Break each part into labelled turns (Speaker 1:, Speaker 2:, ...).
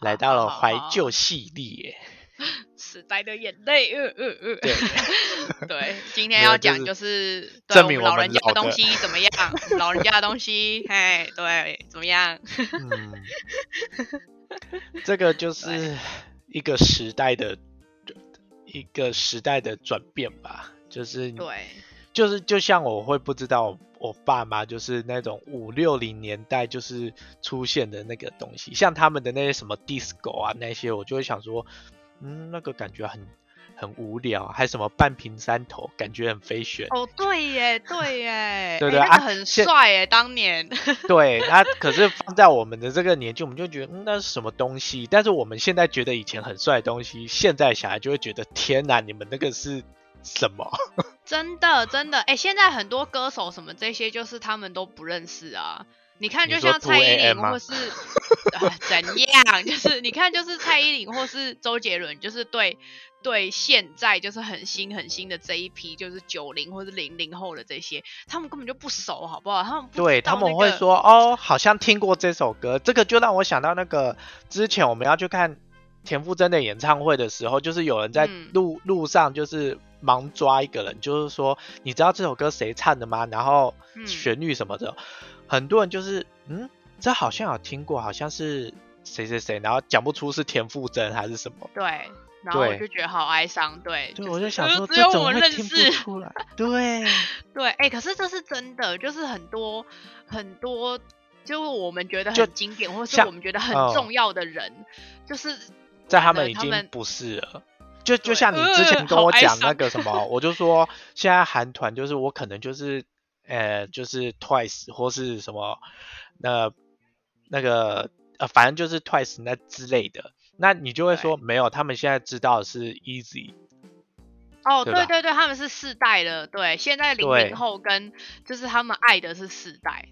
Speaker 1: 买到了
Speaker 2: 好
Speaker 1: 怀
Speaker 2: 好
Speaker 1: 旧系列。
Speaker 2: 时代的眼泪，嗯嗯嗯，
Speaker 1: 对
Speaker 2: 对，今天
Speaker 1: 没有
Speaker 2: 要
Speaker 1: 就
Speaker 2: 讲
Speaker 1: 是
Speaker 2: 就是对啊
Speaker 1: 证
Speaker 2: 我
Speaker 1: 明
Speaker 2: 们
Speaker 1: 我
Speaker 2: 老
Speaker 1: 们
Speaker 2: 人家
Speaker 1: 老
Speaker 2: 的东
Speaker 1: 的
Speaker 2: 西怎么样，我们老人家的东西，哎，对，怎么样？
Speaker 1: 嗯， 这个就是一个时代的一个时代的转变吧，就是你
Speaker 2: 对，
Speaker 1: 就是就像我会不知道我爸妈就是那种五六零年代就是出现的那个东西，像他们的那些什么 disco 啊那些，我就会想说，嗯，那个感觉很很无聊啊，还什么半瓶山头，感觉很飞旋。
Speaker 2: 哦，对耶，对耶，
Speaker 1: 对
Speaker 2: 哎
Speaker 1: 对
Speaker 2: 那
Speaker 1: 啊
Speaker 2: 个很
Speaker 1: 现
Speaker 2: 帅耶，当年，
Speaker 1: 对，那可是放在我们的这个年纪，我们就觉得、嗯、那是什么东西？但是我们现在觉得以前很帅的东西，现在小孩就会觉得天哪，你们那个是什么？
Speaker 2: 真的真的，哎，现在很多歌手什么这些，就是他们都不认识啊。你看，
Speaker 1: 你
Speaker 2: 就
Speaker 1: 说
Speaker 2: 像蔡依
Speaker 1: 2AM
Speaker 2: 林
Speaker 1: 吗
Speaker 2: 或是、呃、怎样，就是你看，就是蔡依林或是周杰伦，就是对对现在就是很新很新的这一批，就是九零或是零零后的这些，他们根本就不熟，好不好？他们不知
Speaker 1: 对他
Speaker 2: 道那
Speaker 1: 们会
Speaker 2: 个
Speaker 1: 说哦，好像听过这首歌，这个就让我想到那个之前我们要去看田馥甄的演唱会的时候，就是有人在
Speaker 2: 嗯
Speaker 1: 路、路上就是盲抓一个人，就是说你知道这首歌谁唱的吗？然后
Speaker 2: 嗯
Speaker 1: 旋律什么的，很多人就是嗯，这好像有听过，好像是谁谁谁，然后讲不出是田馥甄还是什么。
Speaker 2: 对，然后我
Speaker 1: 对
Speaker 2: 就觉得好哀伤，对，
Speaker 1: 对，
Speaker 2: 是
Speaker 1: 我就想
Speaker 2: 呃
Speaker 1: 说，
Speaker 2: 只
Speaker 1: 这
Speaker 2: 有
Speaker 1: 怎
Speaker 2: 我
Speaker 1: 么会
Speaker 2: 认
Speaker 1: 听不
Speaker 2: 识，
Speaker 1: 出来？对，
Speaker 2: 对，哎、可是这是真的，就是很多很多，就是我们觉得
Speaker 1: 就
Speaker 2: 很经典，或是
Speaker 1: 像
Speaker 2: 我们觉得很
Speaker 1: 哦
Speaker 2: 重要的人，就是
Speaker 1: 在
Speaker 2: 完了
Speaker 1: 他们已
Speaker 2: 他
Speaker 1: 经
Speaker 2: 们
Speaker 1: 不是了。就
Speaker 2: 对
Speaker 1: 就像你之前
Speaker 2: 呃
Speaker 1: 跟
Speaker 2: 好
Speaker 1: 我
Speaker 2: 哀
Speaker 1: 讲那
Speaker 2: 伤
Speaker 1: 个 什么，我就说现在韩团就是我可能就是呃就是 Twice 或是什么那那个呃反正就是 Twice 那之类的，那你就会说没有，他们现在知道的是 Easy，
Speaker 2: 哦，
Speaker 1: 对
Speaker 2: 对
Speaker 1: 吧
Speaker 2: 对对，他们是世代了，对，现在零
Speaker 1: 对
Speaker 2: 零后跟就是他们爱的是世代，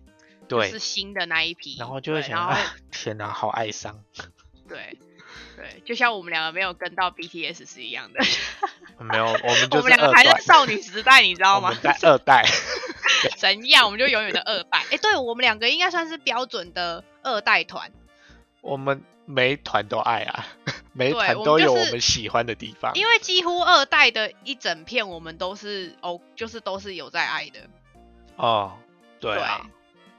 Speaker 2: 就
Speaker 1: 对，
Speaker 2: 是新的那一批，
Speaker 1: 然后就会
Speaker 2: 对
Speaker 1: 想
Speaker 2: 然后
Speaker 1: 啊天哪，好哀 伤，
Speaker 2: 对对，就像我们两个没有跟到 BTS 是一样的，
Speaker 1: 没有，我们
Speaker 2: 我
Speaker 1: 就
Speaker 2: 们
Speaker 1: 是
Speaker 2: 两
Speaker 1: 二
Speaker 2: 个还
Speaker 1: 代
Speaker 2: 在，少女时代，你知道
Speaker 1: 我
Speaker 2: 吗？
Speaker 1: 们在二代，
Speaker 2: 怎样，我们就永远的二代。哎、对我们两个应该算是标准的二代团。
Speaker 1: 我们每一团都爱啊， 每一
Speaker 2: 对
Speaker 1: 团
Speaker 2: 我们
Speaker 1: 都
Speaker 2: 就
Speaker 1: 有我
Speaker 2: 是
Speaker 1: 们喜欢的地方，
Speaker 2: 因为几乎二代的一整片，我们都是哦，就是都是有在爱的。
Speaker 1: 哦，对
Speaker 2: 对
Speaker 1: 啊，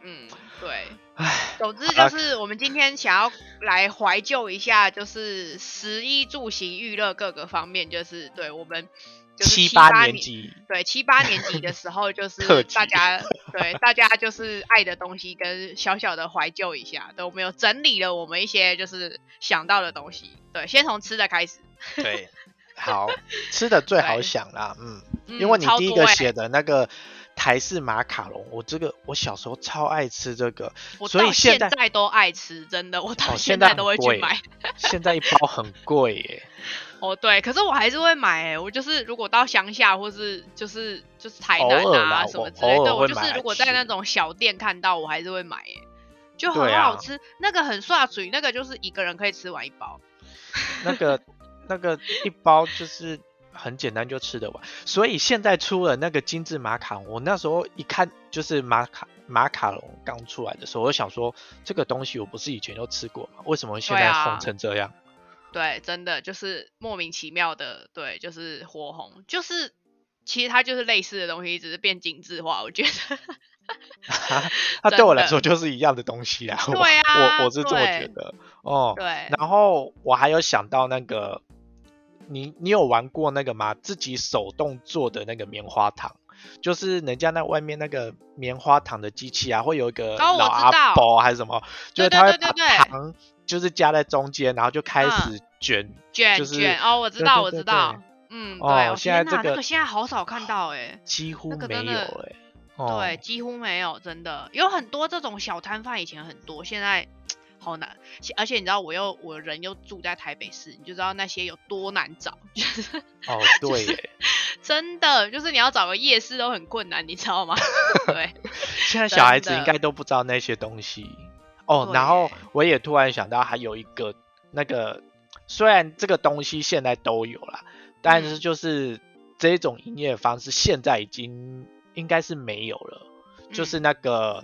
Speaker 2: 嗯，对。
Speaker 1: 唉，
Speaker 2: 总之
Speaker 1: 好
Speaker 2: 就
Speaker 1: 啦
Speaker 2: 是我们今天想要来怀旧一下，就是食衣住行娱乐各个方面，就是对我们就是
Speaker 1: 七
Speaker 2: 八
Speaker 1: 八
Speaker 2: 年
Speaker 1: 年。级
Speaker 2: 对七八年级的时 候，就
Speaker 1: 特
Speaker 2: 是
Speaker 1: 辑
Speaker 2: 大家对大家就是爱的东西跟小小的怀旧一下，对，我们有整理了我们一些就是想到的东西。对，先从吃的开始，
Speaker 1: 对，好吃的最好
Speaker 2: 对
Speaker 1: 想啦，嗯，
Speaker 2: 嗯、
Speaker 1: 因为你
Speaker 2: 超
Speaker 1: 第一
Speaker 2: 多
Speaker 1: 个
Speaker 2: 欸
Speaker 1: 写的那个台式马卡龙，我这个我小时候超爱吃这个，
Speaker 2: 我
Speaker 1: 所以
Speaker 2: 到
Speaker 1: 现
Speaker 2: 现
Speaker 1: 在
Speaker 2: 在都爱吃，真的，我到
Speaker 1: 哦现在
Speaker 2: 在
Speaker 1: 很
Speaker 2: 都会
Speaker 1: 贵
Speaker 2: 去买。
Speaker 1: 现在一包很贵耶，
Speaker 2: 哦，对，可是我还是会买、欸。我就是如果到乡下或是就是就是台南
Speaker 1: 偶尔
Speaker 2: 啊
Speaker 1: 啦
Speaker 2: 什么
Speaker 1: 我
Speaker 2: 之类
Speaker 1: 偶
Speaker 2: 的，对
Speaker 1: 尔
Speaker 2: 我
Speaker 1: 会
Speaker 2: 就
Speaker 1: 买
Speaker 2: 是
Speaker 1: 来
Speaker 2: 如果在那
Speaker 1: 吃
Speaker 2: 种小店看到，我还是会买、欸，就
Speaker 1: 对
Speaker 2: 很
Speaker 1: 啊
Speaker 2: 好吃。那个很下嘴，那个就是一个人可以吃完一包。
Speaker 1: 那个那个一包就是。很简单就吃得完，所以现在出了那个精致马卡龙，我那时候一看就是马卡马卡龙刚出来的时候，我就想说这个东西我不是以前就吃过吗？为什么现
Speaker 2: 对
Speaker 1: 在
Speaker 2: 啊
Speaker 1: 红成这样？
Speaker 2: 对，真的就是莫名其妙的，对，就是火红，就是其实它就是类似的东西，只是变精致化。我觉得，
Speaker 1: 它对我来
Speaker 2: 真的
Speaker 1: 说就是一样的东西啦。我
Speaker 2: 对啊
Speaker 1: 我我是这么觉
Speaker 2: 对
Speaker 1: 得哦。
Speaker 2: 对，
Speaker 1: 然后我还有想到那个，你你有玩过那个吗？自己手动做的那个棉花糖，就是人家那外面那个棉花糖的机器啊，会有一个
Speaker 2: 哦我
Speaker 1: 老
Speaker 2: 知
Speaker 1: 阿
Speaker 2: 道
Speaker 1: 伯还是什么，就是
Speaker 2: 对对
Speaker 1: 他会
Speaker 2: 对
Speaker 1: 把
Speaker 2: 对嗯对
Speaker 1: 糖就是夹在中间，然后就开始卷。
Speaker 2: 卷、
Speaker 1: 就是
Speaker 2: 卷哦，我知
Speaker 1: 对
Speaker 2: 道，
Speaker 1: 对
Speaker 2: 我
Speaker 1: 对
Speaker 2: 知道
Speaker 1: 对，
Speaker 2: 嗯，对，
Speaker 1: 哦
Speaker 2: 我
Speaker 1: 现在
Speaker 2: 天哪
Speaker 1: 这
Speaker 2: 那
Speaker 1: 个
Speaker 2: 个现在好少看到哎、
Speaker 1: 几乎
Speaker 2: 那个
Speaker 1: 没
Speaker 2: 真
Speaker 1: 有
Speaker 2: 的
Speaker 1: 哎、哦，
Speaker 2: 对，几乎没有，真的有很多这种小摊贩，以前很多，现在好难。且而且你知道，我又我人又住在台北市，你就知道那些有多难找， 就是
Speaker 1: 哦，对耶，
Speaker 2: 真的，就是你要找个夜市都很困难，你知道吗？ 对，
Speaker 1: 现在
Speaker 2: 真
Speaker 1: 小孩子
Speaker 2: 的
Speaker 1: 应该都不知道那些东西哦。
Speaker 2: 对
Speaker 1: 然后
Speaker 2: 耶
Speaker 1: 我也突然想到，还有一个那个，虽然这个东西现在都有啦，但是
Speaker 2: 嗯
Speaker 1: 就是这种营业方式现在已经应该是没有了，就是
Speaker 2: 嗯
Speaker 1: 那个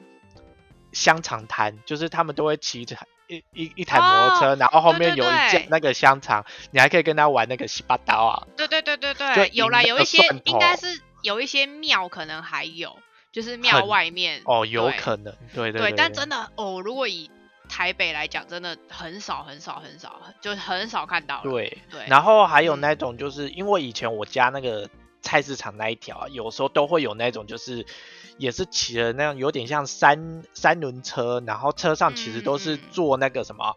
Speaker 1: 香肠摊，就是他们都会骑着一一一台摩托车，然后后面有一
Speaker 2: 哦对对
Speaker 1: 架
Speaker 2: 对
Speaker 1: 那个香肠，你还可以跟他玩那个西巴刀啊，
Speaker 2: 对对对对
Speaker 1: 就
Speaker 2: 对，有
Speaker 1: 赢
Speaker 2: 啦，
Speaker 1: 那
Speaker 2: 有
Speaker 1: 个
Speaker 2: 一些
Speaker 1: 蒜
Speaker 2: 应该
Speaker 1: 头
Speaker 2: 是有一些庙可能还有，就是庙
Speaker 1: 很
Speaker 2: 外面
Speaker 1: 哦，有
Speaker 2: 对
Speaker 1: 可能，对
Speaker 2: 对
Speaker 1: 对，
Speaker 2: 但真的哦，如果以台北来讲，真的很少很少很少，就很少看到了。
Speaker 1: 对。
Speaker 2: 对，
Speaker 1: 然后还有
Speaker 2: 嗯
Speaker 1: 那种，就是因为以前我家那个菜市场那一条、啊，有时候都会有那种，就是也是骑的那样，有点像三三轮车，然后车上其实都
Speaker 2: 嗯
Speaker 1: 是
Speaker 2: 嗯嗯
Speaker 1: 做那个什么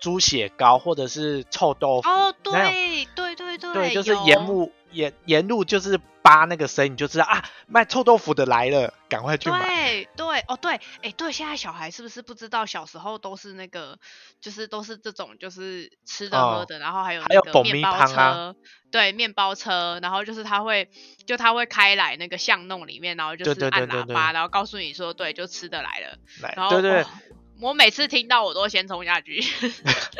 Speaker 1: 猪血糕或者是臭豆腐，
Speaker 2: 哦，
Speaker 1: 那种
Speaker 2: 对对对对，
Speaker 1: 对，就是
Speaker 2: 有
Speaker 1: 沿路沿沿路就是扒那个声音，你就知道啊，卖臭豆腐的来了，赶快去买。
Speaker 2: 对对哦对，哎对，现在小孩是不是不知道小时候都是那个，就是都是这种，就是吃的喝
Speaker 1: 哦
Speaker 2: 的，然后还有
Speaker 1: 还
Speaker 2: 那
Speaker 1: 有
Speaker 2: 个
Speaker 1: 爆
Speaker 2: 面
Speaker 1: 米
Speaker 2: 包
Speaker 1: 香
Speaker 2: 车，
Speaker 1: 啊
Speaker 2: 对面包车，然后就是他会就他会开来那个巷弄里面，然后就
Speaker 1: 对
Speaker 2: 是
Speaker 1: 对对
Speaker 2: 按
Speaker 1: 对
Speaker 2: 喇
Speaker 1: 对
Speaker 2: 叭，然后告诉你说对，就吃的来了，
Speaker 1: 来
Speaker 2: 然后
Speaker 1: 对对
Speaker 2: 哦我每次听到我都先冲下去，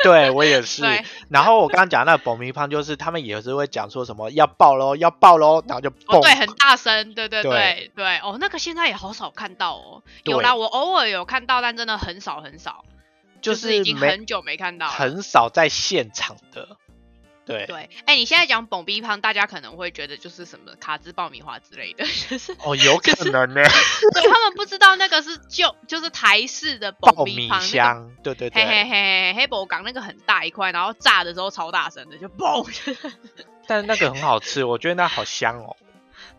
Speaker 1: 对，我也 是。
Speaker 2: 对哦
Speaker 1: 然后我刚刚讲那个爆米胖，就是他们也是会讲说什么要爆喽，要爆喽，然后就
Speaker 2: 哦，
Speaker 1: 蹦。
Speaker 2: 对，很大声，对对
Speaker 1: 对
Speaker 2: 对对，哦，那个现在也好少看到哦，有
Speaker 1: 对
Speaker 2: 啦，我偶尔有看到，但真的很少很少，
Speaker 1: 就是
Speaker 2: 已经
Speaker 1: 没
Speaker 2: 很久没看到了。
Speaker 1: 很少在现场的。对，
Speaker 2: 对，哎、你现在讲蹦逼胖，大家可能会觉得就是什么卡兹爆米花之类的， 就是
Speaker 1: 哦，有可能呢。
Speaker 2: 对他们不知道那个是就就是台式的
Speaker 1: 爆
Speaker 2: 蹦逼
Speaker 1: 米
Speaker 2: 胖，那个
Speaker 1: 香，对对
Speaker 2: 嘿
Speaker 1: 对。
Speaker 2: 嘿嘿嘿，黑宝港那个很大一块，然后炸的时候超大声的，就 嘣，
Speaker 1: 但是那个很好吃，我觉得那好香哦。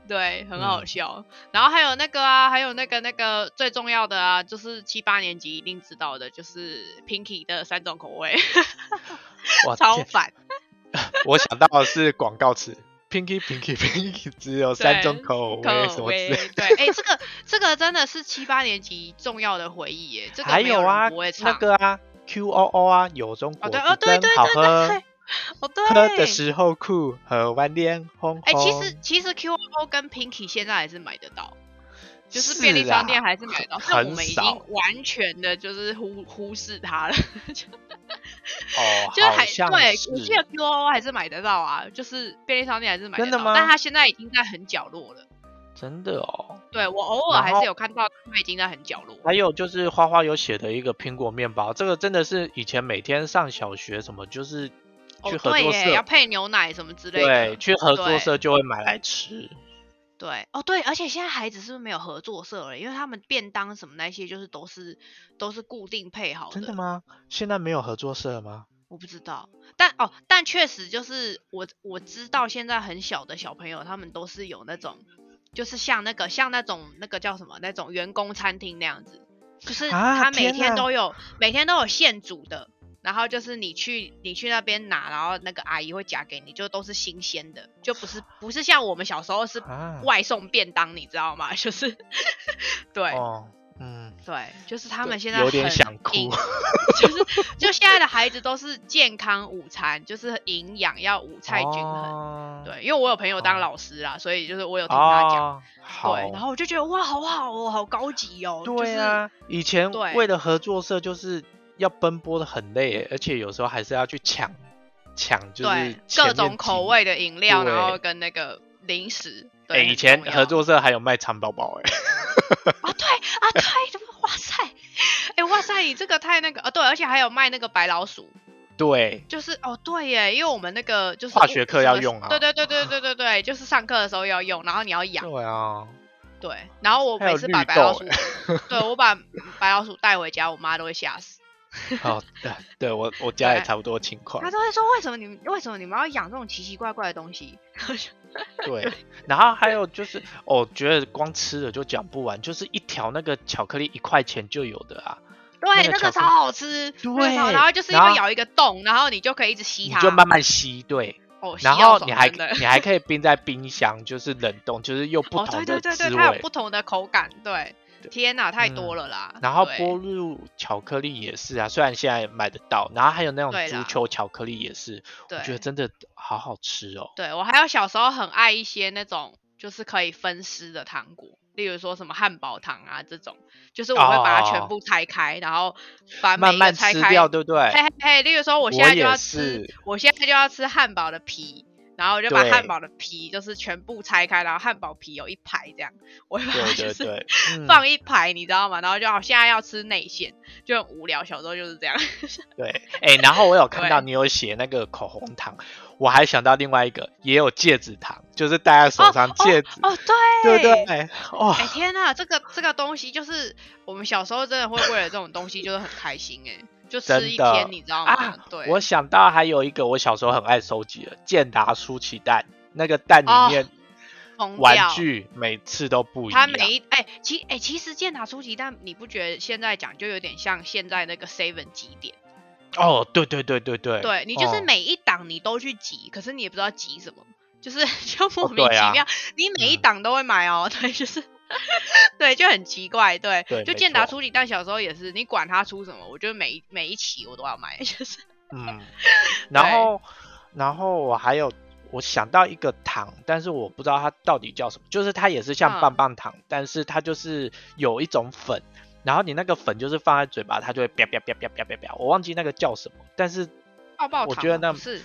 Speaker 2: 对，很好
Speaker 1: 嗯
Speaker 2: 笑。然后还有那个啊，还有那个那个最重要的啊，就是七八年级一定知道的，就是 Pinky 的三种口味，
Speaker 1: 哇，
Speaker 2: 超
Speaker 1: 天
Speaker 2: 烦。
Speaker 1: 我想到的是广告词，Pinky Pinky Pinky，只有三种
Speaker 2: 对
Speaker 1: 口味什
Speaker 2: 口
Speaker 1: 么
Speaker 2: 味
Speaker 1: 之类。
Speaker 2: 对，哎、这个这个真的是七八年级重要的回忆耶，这个
Speaker 1: 还
Speaker 2: 没
Speaker 1: 有
Speaker 2: 人
Speaker 1: 啊
Speaker 2: 不会，唱
Speaker 1: 那个啊，Q O O 啊，有种
Speaker 2: 哦
Speaker 1: 果
Speaker 2: 对哦
Speaker 1: 子
Speaker 2: 对
Speaker 1: 真
Speaker 2: 对
Speaker 1: 好
Speaker 2: 对对
Speaker 1: 喝
Speaker 2: 对，，哦
Speaker 1: 喝的
Speaker 2: 对。
Speaker 1: 时候酷，喝完脸红红。
Speaker 2: 哎、其实其实 Q O 跟 Pinky 现在还是买得到，就是便利
Speaker 1: 是
Speaker 2: 商
Speaker 1: 啊
Speaker 2: 店还是买得到，但我
Speaker 1: 很
Speaker 2: 们已
Speaker 1: 少
Speaker 2: 经完全的就是忽忽视它了。
Speaker 1: 哦，
Speaker 2: 就是
Speaker 1: 好
Speaker 2: 还
Speaker 1: 像
Speaker 2: 对，我记
Speaker 1: 是
Speaker 2: 得 Q O 还是买得到啊，就是便利商店还是买得
Speaker 1: 真
Speaker 2: 到，
Speaker 1: 的吗
Speaker 2: 但它现在已经在很角落了。
Speaker 1: 真的哦。
Speaker 2: 对我偶尔
Speaker 1: 然
Speaker 2: 还是
Speaker 1: 后
Speaker 2: 有看到，它已经在很角落。
Speaker 1: 还有就是花花有写的一个苹果面包，这个真的是以前每天上小学什么就是
Speaker 2: 哦
Speaker 1: 去，合
Speaker 2: 对
Speaker 1: 作社，
Speaker 2: 耶，要配牛奶什么之类的。
Speaker 1: 对，去合
Speaker 2: 对
Speaker 1: 作社就会买来吃。
Speaker 2: 对哦，对，而且现在孩子是不是没有合作社了？因为他们便当什么那些就是都是都是固定配好
Speaker 1: 真的吗？现在没有合作社吗？
Speaker 2: 我不知道，但哦，但确实就是我我知道现在很小的小朋友，他们都是有那种，就是像那个像那种那个叫什么那种员工餐厅那样子，就是
Speaker 1: 啊
Speaker 2: 他每
Speaker 1: 天
Speaker 2: 天
Speaker 1: 哪
Speaker 2: 都有、每天都有现煮的，然后就是你去你去那边拿，然后那个阿姨会夹给你，就都是新鲜的，就不是不是像我们小时候是
Speaker 1: 啊，
Speaker 2: 外送便当，你知道吗？ 就是对、
Speaker 1: 哦，嗯，
Speaker 2: 对，就是他们现在
Speaker 1: 有点
Speaker 2: 很
Speaker 1: 想哭。
Speaker 2: 硬就是就现在的孩子都是健康午餐，就是营养要午菜均衡。
Speaker 1: 哦、
Speaker 2: 对，因为我有朋友当
Speaker 1: 哦
Speaker 2: 老师啦，所以就是我有听他讲。
Speaker 1: 哦，好。
Speaker 2: 对，然后我就觉得哇，好好哦，好高级哦。
Speaker 1: 对啊，以前
Speaker 2: 对
Speaker 1: 为了合作社就是要奔波的很累，而且有时候还是要去抢抢，
Speaker 2: 就、
Speaker 1: 就是
Speaker 2: 对
Speaker 1: 是
Speaker 2: 各
Speaker 1: 前
Speaker 2: 种
Speaker 1: 面
Speaker 2: 口
Speaker 1: 几
Speaker 2: 味的饮料，然
Speaker 1: 对
Speaker 2: 后跟那个零食。
Speaker 1: 哎、
Speaker 2: 对，
Speaker 1: 以
Speaker 2: 很
Speaker 1: 前
Speaker 2: 重要
Speaker 1: 合作社还有卖蚕宝宝哎，
Speaker 2: 啊，对啊，对，哇塞， 哎、哇塞，你这个太那个啊，对，而且还有卖那个白老鼠，
Speaker 1: 对，
Speaker 2: 就是哦，对耶，因为我们那个就是
Speaker 1: 化学课
Speaker 2: 什
Speaker 1: 要
Speaker 2: 么
Speaker 1: 用啊
Speaker 2: 对对对对对对对，就是上课的时候要用，然后你要养，
Speaker 1: 对啊，
Speaker 2: 对，然后我
Speaker 1: 还有
Speaker 2: 每次把
Speaker 1: 绿
Speaker 2: 白老鼠
Speaker 1: 豆，
Speaker 2: 对我把白老鼠带回家，我妈都会吓死，
Speaker 1: 好、对，对我我家也
Speaker 2: 对
Speaker 1: 差不多情况
Speaker 2: 她，都会说为什么你们为什么你们要养这种奇奇怪怪的东西？
Speaker 1: 对，然后还有就是，哦我觉得光吃的就讲不完，就是一条那个巧克力一块钱就有的啊，那
Speaker 2: 对，
Speaker 1: 个
Speaker 2: 那个
Speaker 1: 巧克
Speaker 2: 超
Speaker 1: 力
Speaker 2: 好吃，那个超
Speaker 1: 对
Speaker 2: 然后就是
Speaker 1: 然
Speaker 2: 要
Speaker 1: 后
Speaker 2: 咬一个洞，然后你就可以一直吸
Speaker 1: 你
Speaker 2: 它，
Speaker 1: 就慢慢吸，对，
Speaker 2: 哦，吸
Speaker 1: 然
Speaker 2: 到
Speaker 1: 后
Speaker 2: 爽
Speaker 1: 你还
Speaker 2: 真的
Speaker 1: 你还可以冰在冰箱，就是冷冻，就是又不
Speaker 2: 哦，
Speaker 1: 同
Speaker 2: 对
Speaker 1: 的
Speaker 2: 对对对，
Speaker 1: 滋
Speaker 2: 它有
Speaker 1: 味。
Speaker 2: 不同的口感，对，
Speaker 1: 对
Speaker 2: 天哪，太
Speaker 1: 嗯
Speaker 2: 多了啦，
Speaker 1: 然后
Speaker 2: 对
Speaker 1: 波露巧克力也是啊，虽然现在也买得到，然后还有那种
Speaker 2: 对啦
Speaker 1: 足球巧克力也是，我觉
Speaker 2: 对
Speaker 1: 得真的好好吃哦。
Speaker 2: 对我还有小时候很爱一些那种就是可以分尸的糖果，例如说什么汉堡糖啊这种，就是我会把它全
Speaker 1: 哦
Speaker 2: 部拆开，然后把每
Speaker 1: 慢
Speaker 2: 一
Speaker 1: 慢
Speaker 2: 个拆
Speaker 1: 吃
Speaker 2: 开。
Speaker 1: 掉，对不对？
Speaker 2: 嘿嘿嘿，例如说我
Speaker 1: 我
Speaker 2: 现在就
Speaker 1: 也
Speaker 2: 要
Speaker 1: 是
Speaker 2: 吃，我现在就要吃汉堡的皮，然后我就把
Speaker 1: 对
Speaker 2: 汉堡的皮就是全部拆开，然后汉堡皮有一排这样，我会把它
Speaker 1: 对
Speaker 2: 就
Speaker 1: 对
Speaker 2: 是
Speaker 1: 对，嗯
Speaker 2: 放一排，你知道吗？然后就好，现在要吃内馅，就很无聊。小时候就是这样，
Speaker 1: 对，哎、然后我有看到
Speaker 2: 对
Speaker 1: 你有写那个口红糖，我还想到另外一个，也有戒指糖，就是戴在手上戒指，
Speaker 2: 哦，
Speaker 1: 对
Speaker 2: 对
Speaker 1: 对对，哇、
Speaker 2: 哎、天呐，这个这个东西就是我们小时候真的会为了这种东西就是很开心哎、就吃一
Speaker 1: 真的
Speaker 2: 天，你知道吗？
Speaker 1: 啊
Speaker 2: 对，
Speaker 1: 我想到还有一个我小时候很爱收集的健达舒淇蛋，那个蛋
Speaker 2: 哦
Speaker 1: 里面
Speaker 2: 疯
Speaker 1: 玩
Speaker 2: 掉
Speaker 1: 具每次都不一
Speaker 2: 它
Speaker 1: 样，
Speaker 2: 每一哎、其哎、其实健达出奇蛋，你不觉得现在讲就有点像现在那个 Seven 几点？
Speaker 1: 哦，对对对对对，
Speaker 2: 对你就是
Speaker 1: 哦
Speaker 2: 每一档你都去挤，可是你也不知道挤什么，就是 就莫
Speaker 1: 哦
Speaker 2: 名其
Speaker 1: 对啊
Speaker 2: 妙，你每一
Speaker 1: 嗯
Speaker 2: 档都会买哦，对，就是对，就很奇怪，对，
Speaker 1: 对
Speaker 2: 就
Speaker 1: 没
Speaker 2: 健达
Speaker 1: 错
Speaker 2: 出奇蛋小时候也是，你管它出什么，我觉得每一每一期我都要买， 就是
Speaker 1: 嗯，然后然后我还有我想到一个糖，但是我不知道它到底叫什么，就是它也是像
Speaker 2: 嗯
Speaker 1: 棒棒糖，但是它就是有一种粉，然后你那个粉就是放在嘴巴，它就会啪啪啪啪啪啪啪，我忘记那个叫什么，但是
Speaker 2: 泡泡糖
Speaker 1: 我
Speaker 2: 嘛，
Speaker 1: 觉得那
Speaker 2: 不是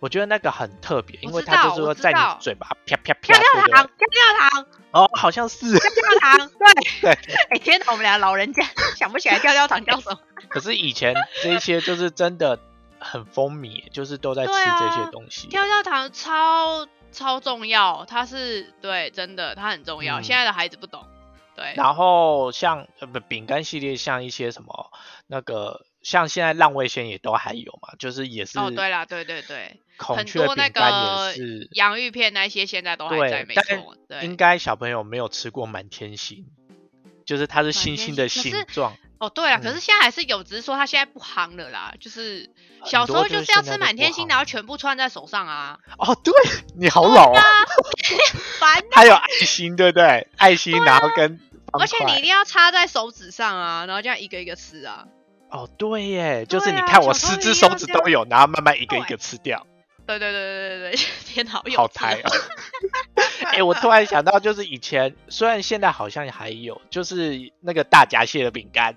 Speaker 1: 我觉得那个很特别，
Speaker 2: 我
Speaker 1: 因为
Speaker 2: 知
Speaker 1: 它就
Speaker 2: 道
Speaker 1: 是
Speaker 2: 我
Speaker 1: 会
Speaker 2: 知
Speaker 1: 在你
Speaker 2: 道
Speaker 1: 嘴巴啪啪啪，
Speaker 2: 跳
Speaker 1: 对
Speaker 2: 跳
Speaker 1: 不
Speaker 2: 糖
Speaker 1: 对？，
Speaker 2: 跳跳糖，
Speaker 1: 哦，好像是，
Speaker 2: 跳跳 糖，对
Speaker 1: 对
Speaker 2: 哎、天哪，我们俩老人家 想不起来跳跳糖叫什么。
Speaker 1: 可是以前这些就是真的很风靡，就是都在吃
Speaker 2: 对啊
Speaker 1: 这些东 西。
Speaker 2: 跳跳糖超超重要，它是对，真的，它很重要。
Speaker 1: 嗯
Speaker 2: 现在的孩子不懂，对，
Speaker 1: 然后像呃不饼干系列，像一些什么那个，像现在浪味仙也都还有嘛，就是也是
Speaker 2: 哦对啦对对对，
Speaker 1: 孔
Speaker 2: 很
Speaker 1: 雀
Speaker 2: 多那
Speaker 1: 饼干
Speaker 2: 个
Speaker 1: 也是，
Speaker 2: 洋芋片那些现在都还
Speaker 1: 对
Speaker 2: 在，没
Speaker 1: 但
Speaker 2: 错，对，
Speaker 1: 应该小朋友没有吃过满天星，就是它是星星的
Speaker 2: 天星可
Speaker 1: 形
Speaker 2: 是
Speaker 1: 状，
Speaker 2: 哦，对了，可
Speaker 1: 嗯
Speaker 2: 是现在还是有，只是说它现在不夯了啦。就是
Speaker 1: 很
Speaker 2: 小时
Speaker 1: 多
Speaker 2: 候
Speaker 1: 就是
Speaker 2: 是要
Speaker 1: 现在
Speaker 2: 吃
Speaker 1: 都
Speaker 2: 满
Speaker 1: 不
Speaker 2: 天星，
Speaker 1: 夯
Speaker 2: 然后全部穿在手上 啊，
Speaker 1: 哦，对你好老啊，
Speaker 2: 烦。
Speaker 1: 还有爱心，对不对？爱心，然后跟方
Speaker 2: 而且你
Speaker 1: 块
Speaker 2: 一定要插在手指上啊，然后这样一个一个吃啊。
Speaker 1: 哦，对耶，就是你
Speaker 2: 对啊
Speaker 1: 看我
Speaker 2: 小时候
Speaker 1: 四
Speaker 2: 一
Speaker 1: 只
Speaker 2: 定
Speaker 1: 手
Speaker 2: 要
Speaker 1: 指
Speaker 2: 这样
Speaker 1: 都有，然后慢慢一个一
Speaker 2: 对
Speaker 1: 个吃掉，
Speaker 2: 对对对 对对对，天哪，有啊
Speaker 1: 好 台哦。哎、我突然想到，就是以前虽然现在好像还有，就是那个大闸蟹的饼干，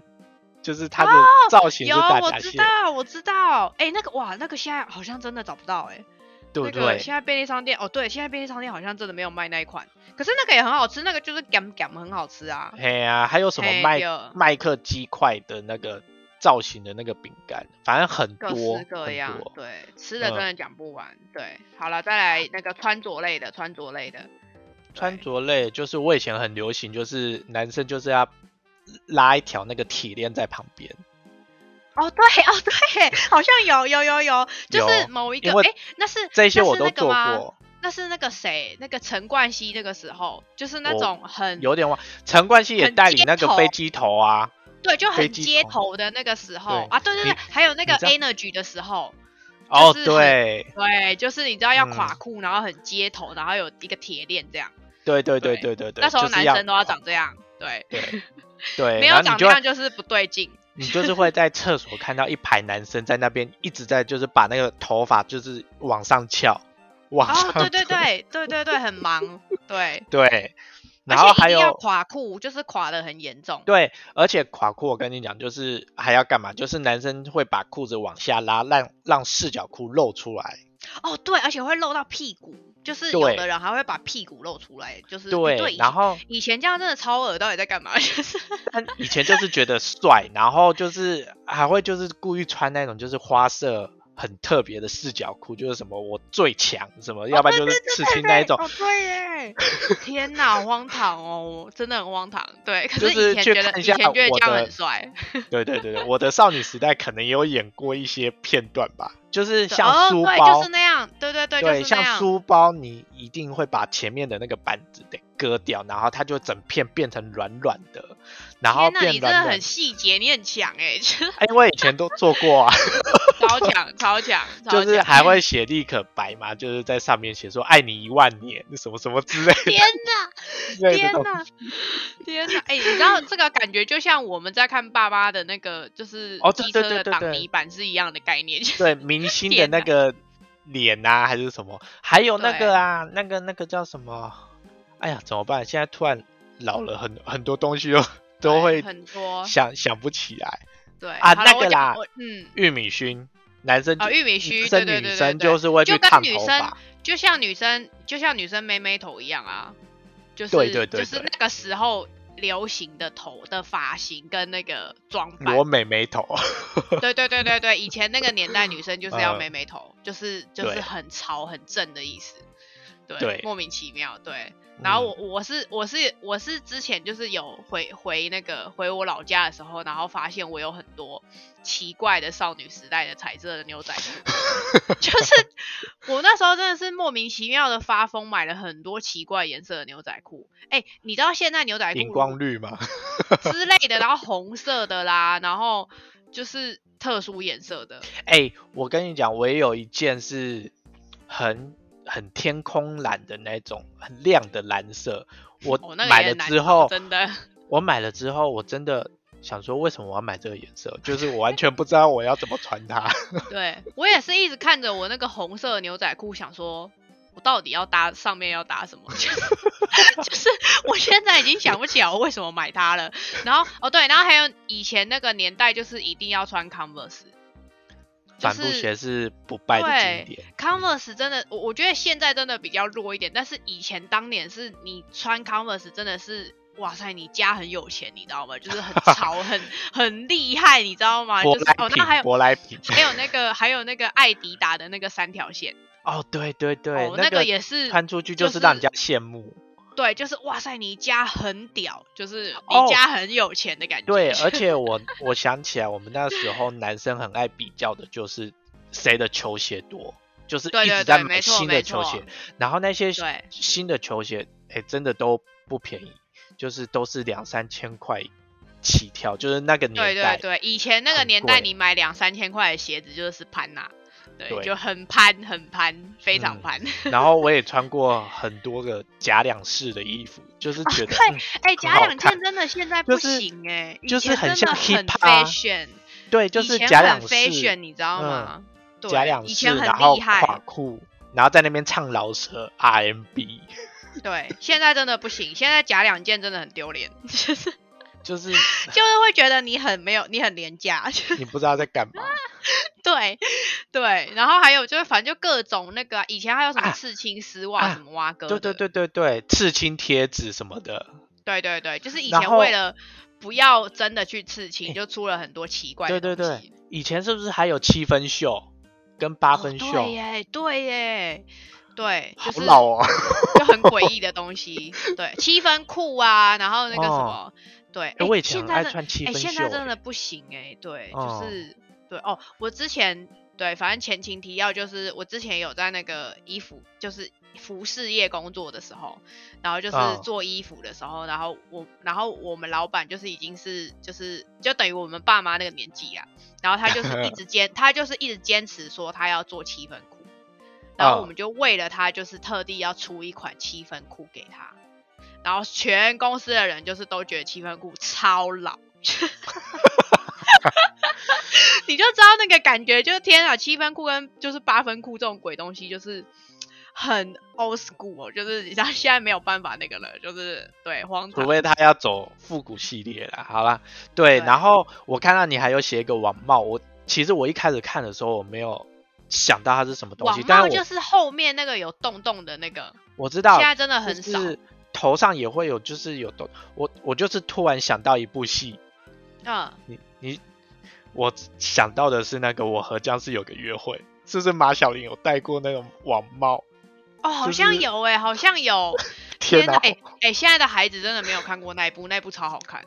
Speaker 1: 就是它的造型是
Speaker 2: 哦有，
Speaker 1: 大
Speaker 2: 我
Speaker 1: 闸
Speaker 2: 知
Speaker 1: 蟹，
Speaker 2: 道，我知道。哎、那个哇，那个现在好像真的找不到哎、
Speaker 1: 对不
Speaker 2: 那个
Speaker 1: 对？
Speaker 2: 现在便利商店哦，对，现在便利商店好像真的没有卖那一款，可是那个也很好吃，那个就是 gam gam 很好吃啊。
Speaker 1: 哎呀、还有什么
Speaker 2: 嘿
Speaker 1: 麦
Speaker 2: 对
Speaker 1: 麦克鸡块的那个造型的那个饼干，反正很
Speaker 2: 各
Speaker 1: 多
Speaker 2: 式各
Speaker 1: 很
Speaker 2: 样
Speaker 1: 多，。
Speaker 2: 对，吃的
Speaker 1: 嗯
Speaker 2: 真的讲不完。对，好了，再来那个穿着类的，穿着类的，
Speaker 1: 穿着类就是我以前很流行，就是男生就是要拉一条那个铁链在旁边，
Speaker 2: 哦，对，哦，对，好像有，有，有，有，就是
Speaker 1: 有
Speaker 2: 某一个，
Speaker 1: 因为
Speaker 2: 哎、那是
Speaker 1: 这些
Speaker 2: 那
Speaker 1: 我
Speaker 2: 是
Speaker 1: 都
Speaker 2: 那个
Speaker 1: 做
Speaker 2: 吗
Speaker 1: 过。
Speaker 2: 那是那个谁，那个陈冠希那个时候，就是那
Speaker 1: 我
Speaker 2: 种很
Speaker 1: 有点忘，陈冠希也
Speaker 2: 很
Speaker 1: 带领那
Speaker 2: 街
Speaker 1: 个
Speaker 2: 头
Speaker 1: 飞机头啊，
Speaker 2: 对，就
Speaker 1: 飞
Speaker 2: 很
Speaker 1: 机
Speaker 2: 街
Speaker 1: 头
Speaker 2: 头的那个时候
Speaker 1: 对
Speaker 2: 啊，对对
Speaker 1: 你
Speaker 2: 对，还有那个
Speaker 1: 你知道
Speaker 2: energy 的时候，
Speaker 1: 哦，
Speaker 2: 就是很
Speaker 1: 对，
Speaker 2: 对，就是你知道要
Speaker 1: 嗯
Speaker 2: 垮裤，然后很街头，然后有一个铁链这样，
Speaker 1: 对对对
Speaker 2: 对
Speaker 1: 对对对，
Speaker 2: 那时候
Speaker 1: 就是
Speaker 2: 男生都要长这样，对，
Speaker 1: 对，
Speaker 2: 没
Speaker 1: 然
Speaker 2: 有
Speaker 1: 后你
Speaker 2: 长这
Speaker 1: 就会
Speaker 2: 样就是不对 劲，
Speaker 1: 你就是会在厕所看到一排男生在那边一直在就是把那个头发就是往上翘，往上
Speaker 2: 哦，对对 对对对对，很忙，对，
Speaker 1: 对，
Speaker 2: 而
Speaker 1: 然后
Speaker 2: 且
Speaker 1: 还
Speaker 2: 一定要
Speaker 1: 有
Speaker 2: 垮裤，就是垮的很严重，
Speaker 1: 对，而且垮裤我跟你讲就是还要干嘛，就是男生会把裤子往下拉，让让四角裤露出来，
Speaker 2: 哦对，而且会露到屁股，就是有
Speaker 1: 对
Speaker 2: 的人还会把屁股露出来，就是对
Speaker 1: 对，
Speaker 2: 以
Speaker 1: 然
Speaker 2: 前
Speaker 1: 后
Speaker 2: 以前这样真的超恶，到底在干嘛？ 就是
Speaker 1: 但以前就是觉得帅，然后就是还会就是故意穿那种就是花色很特别的四角裤，就是什么我最强什么，要不然就是刺青那一种，
Speaker 2: 哦，对 耶！天哪，好荒唐哦，真的很荒唐。对，可
Speaker 1: 就是是
Speaker 2: 以前
Speaker 1: 去
Speaker 2: 觉得
Speaker 1: 看
Speaker 2: 以
Speaker 1: 一下
Speaker 2: 前觉得
Speaker 1: 我
Speaker 2: 这样
Speaker 1: 的
Speaker 2: 很帅，
Speaker 1: 对对对对，我的少女时代可能也有演过一些片段吧，就是
Speaker 2: 对
Speaker 1: 像
Speaker 2: 哦
Speaker 1: 书
Speaker 2: 对，
Speaker 1: 包，
Speaker 2: 就是那样，对对对，
Speaker 1: 对
Speaker 2: 就是那
Speaker 1: 像
Speaker 2: 样。
Speaker 1: 书包，你一定会把前面的那个板子得割掉，然后它就整片变成软软的，然后
Speaker 2: 天哪，
Speaker 1: 变
Speaker 2: 你真的
Speaker 1: 软软
Speaker 2: 很。细节，你很强哎， 就是
Speaker 1: 哎因为以前都做过啊，
Speaker 2: 超强，超强，超
Speaker 1: 就是
Speaker 2: 强
Speaker 1: 还会写立可白嘛，就是在上面写说爱你一万年，什么什么之类的
Speaker 2: 天哪，
Speaker 1: 之类的
Speaker 2: 天
Speaker 1: 东
Speaker 2: 哪，天哪！哎、你知道这个感觉就像我们在看爸妈的那个，就是
Speaker 1: 哦对
Speaker 2: 机车
Speaker 1: 对
Speaker 2: 的
Speaker 1: 对对
Speaker 2: 挡
Speaker 1: 对
Speaker 2: 泥板是一样的概念，就是
Speaker 1: 对明星的
Speaker 2: 天
Speaker 1: 那
Speaker 2: 哪
Speaker 1: 个脸啊，还是什么，还有那
Speaker 2: 对
Speaker 1: 个啊，那个那个叫什么？哎呀，怎么办？现在突然老了很，很多东西都都会
Speaker 2: 哎 很多
Speaker 1: 想想不起来。
Speaker 2: 对
Speaker 1: 啊
Speaker 2: 好了
Speaker 1: 那
Speaker 2: 我
Speaker 1: 个
Speaker 2: 讲
Speaker 1: 啦
Speaker 2: 我嗯，
Speaker 1: 玉米熏，男生就
Speaker 2: 啊，玉米须，对
Speaker 1: 男生
Speaker 2: 对
Speaker 1: 女
Speaker 2: 对对
Speaker 1: 生
Speaker 2: 对，
Speaker 1: 就是会去
Speaker 2: 就跟
Speaker 1: 烫
Speaker 2: 女
Speaker 1: 头
Speaker 2: 生
Speaker 1: 发，
Speaker 2: 就像女生就像女生妹妹头一样啊，就是
Speaker 1: 对对对
Speaker 2: 就是
Speaker 1: 对
Speaker 2: 那个时候流行的头的发型跟那个装扮
Speaker 1: 我，美眉头，
Speaker 2: 对对对对对，以前那个年代女生就是要
Speaker 1: 嗯
Speaker 2: 妹妹头，就是就是
Speaker 1: 对
Speaker 2: 很潮很正的意思，对，
Speaker 1: 对
Speaker 2: 莫名其妙，对。然后
Speaker 1: 嗯
Speaker 2: 我我是我是我是之前就是有回回那个回我老家的时候，然后发现我有很多奇怪的少女时代的彩色的牛仔裤， 就是我那时候真的是莫名其妙的发疯，买了很多奇怪颜色的牛仔裤。哎，你知道现在牛仔裤
Speaker 1: 荧光绿嘛，
Speaker 2: 之类的，然后红色的啦，然后就是特殊颜色 的，
Speaker 1: 哎、我跟你讲，我也有一件是很很天空蓝的那种，很亮的蓝色。我
Speaker 2: 哦那个
Speaker 1: 买
Speaker 2: 也
Speaker 1: 了
Speaker 2: 很难
Speaker 1: 之
Speaker 2: 找
Speaker 1: 后，
Speaker 2: 真的
Speaker 1: 我买了之后，我真的想说，为什么我要买这个颜色？就是我完全不知道我要怎么穿 它。
Speaker 2: 对我也是一直看着我那个红色的牛仔裤，想说我到底要搭上面要搭什么， 就是就是我现在已经想不起来我为什么买它了。然后哦对，然后还有以前那个年代就是一定要穿 Converse。就
Speaker 1: 帆布
Speaker 2: 是
Speaker 1: 鞋是不败的经典，
Speaker 2: Converse 真的，我我觉得现在真的比较弱一点，但是以前当年是你穿 Converse 真的是，哇塞，你家很有钱，你知道吗？ 就是很潮，很很厉害，你知道吗？
Speaker 1: 舶
Speaker 2: 就是
Speaker 1: 来
Speaker 2: 哦，
Speaker 1: 品
Speaker 2: 那还，有
Speaker 1: 舶来品。
Speaker 2: 还有那个还有那个艾迪达的那个三条线，
Speaker 1: 哦，对对对，
Speaker 2: 哦，
Speaker 1: 那
Speaker 2: 个也是，
Speaker 1: 穿出去
Speaker 2: 就
Speaker 1: 就是让
Speaker 2: 是
Speaker 1: 人家羡慕。
Speaker 2: 对，就是哇塞，你家很屌，就是
Speaker 1: 哦
Speaker 2: 你家很有钱的感觉。
Speaker 1: 对，而且我我想起来，我们那时候男生很爱比较的就是谁的球鞋多，就是
Speaker 2: 对
Speaker 1: 一
Speaker 2: 对
Speaker 1: 直在
Speaker 2: 对没
Speaker 1: 买
Speaker 2: 错
Speaker 1: 新
Speaker 2: 没
Speaker 1: 的球
Speaker 2: 错
Speaker 1: 鞋，然后那些
Speaker 2: 对
Speaker 1: 新的球鞋，哎，真的都不便宜，就是都是两三千块起跳，就是那个
Speaker 2: 对
Speaker 1: 年
Speaker 2: 对
Speaker 1: 代。
Speaker 2: 对，以前那个
Speaker 1: 很
Speaker 2: 年代，
Speaker 1: 贵
Speaker 2: 你买两三千块的鞋子就是潘呐、对，
Speaker 1: 对
Speaker 2: 就很潘很潘，非常
Speaker 1: 嗯
Speaker 2: 潘。
Speaker 1: 然后我也穿过很多个假两式的衣服，就是觉得、嗯
Speaker 2: 哎、
Speaker 1: 很
Speaker 2: 假
Speaker 1: 好
Speaker 2: 两
Speaker 1: 看
Speaker 2: 件真的现在
Speaker 1: 就
Speaker 2: 不
Speaker 1: 是
Speaker 2: 行哎、以
Speaker 1: 就是
Speaker 2: 前
Speaker 1: 很
Speaker 2: 真
Speaker 1: 像
Speaker 2: 的很
Speaker 1: hip-hop 啊
Speaker 2: fashion，
Speaker 1: 对，就
Speaker 2: 以
Speaker 1: 是
Speaker 2: 前
Speaker 1: 假
Speaker 2: 很
Speaker 1: 两式
Speaker 2: fashion，你知道吗？对，
Speaker 1: 假两
Speaker 2: 以
Speaker 1: 式，
Speaker 2: 前很
Speaker 1: 然后
Speaker 2: 厉害，
Speaker 1: 垮裤，然后在那边唱饶舌 RMB。
Speaker 2: 对，现在真的不行，现在假两件真的很丢脸，就是
Speaker 1: 就是
Speaker 2: 就是会觉得你很没有，你很廉价，就
Speaker 1: 你不知道在干嘛。
Speaker 2: 对对，然后还有就是反正就各种那个啊、以前还有什么
Speaker 1: 啊
Speaker 2: 刺青丝袜、
Speaker 1: 啊
Speaker 2: 什么蛙哥，
Speaker 1: 对对对对对，刺青贴纸什么的，
Speaker 2: 对对对，就是以
Speaker 1: 然
Speaker 2: 前
Speaker 1: 后
Speaker 2: 为了不要真的去刺青，
Speaker 1: 哎
Speaker 2: 就出了很多奇怪
Speaker 1: 对
Speaker 2: 的
Speaker 1: 对
Speaker 2: 东西
Speaker 1: 对。，以前是不是还有七分袖跟八分袖？
Speaker 2: 哦对耶，对耶，对，就
Speaker 1: 好
Speaker 2: 是
Speaker 1: 老哦，
Speaker 2: 就很诡异的东 西。对，七分裤啊，然后那个什么，对，
Speaker 1: 哎
Speaker 2: 哎
Speaker 1: 我以前
Speaker 2: 现
Speaker 1: 很
Speaker 2: 在
Speaker 1: 爱
Speaker 2: 真
Speaker 1: 穿七
Speaker 2: 哎、
Speaker 1: 分袖、
Speaker 2: 现在真
Speaker 1: 哎
Speaker 2: 的不行哎、对，
Speaker 1: 哦
Speaker 2: 就是对哦，我之前对，反正前情提要就是，我之前有在那个衣服，就是服饰业工作的时候，然后就是
Speaker 1: 哦
Speaker 2: 做衣服的时候，然后我，然后我们老板就是已经是就是就等于我们爸妈那个年纪啊，然后他 就是一直坚，他就是一直坚持说他要做七分裤。然后我
Speaker 1: 哦
Speaker 2: 们就为了他，就是特地要出一款七分裤给他，然后全公司的人就是都觉得七分裤超老，你就知道那个感觉，就是天啊，七分裤跟就是八分裤这种鬼东西，就是很 old school，哦就是你知道现在没有办法那个了，就是对荒
Speaker 1: 除
Speaker 2: 唐。
Speaker 1: 非他要走复古系列啦。好啦，对，
Speaker 2: 对
Speaker 1: 然后我看到你还有写一个网帽，我其实我一开始看的时候我没有想到它是什么东
Speaker 2: 网
Speaker 1: 西，但
Speaker 2: 帽
Speaker 1: 是
Speaker 2: 就
Speaker 1: 我
Speaker 2: 是后面那个有洞洞的那个，
Speaker 1: 我知道
Speaker 2: 现在真的
Speaker 1: 就
Speaker 2: 很少。
Speaker 1: 是头上也会有，就是有的，我我就是突然想到一部戏，
Speaker 2: 嗯，
Speaker 1: 你你，我想到的是那个我和僵尸有个约会，是不是马小玲有戴过那种网帽？
Speaker 2: 哦，好
Speaker 1: 就
Speaker 2: 像
Speaker 1: 是
Speaker 2: 有哎、好像有。
Speaker 1: 天哪！
Speaker 2: 哎哎、现在的孩子真的没有看过那一部，那一部超好看。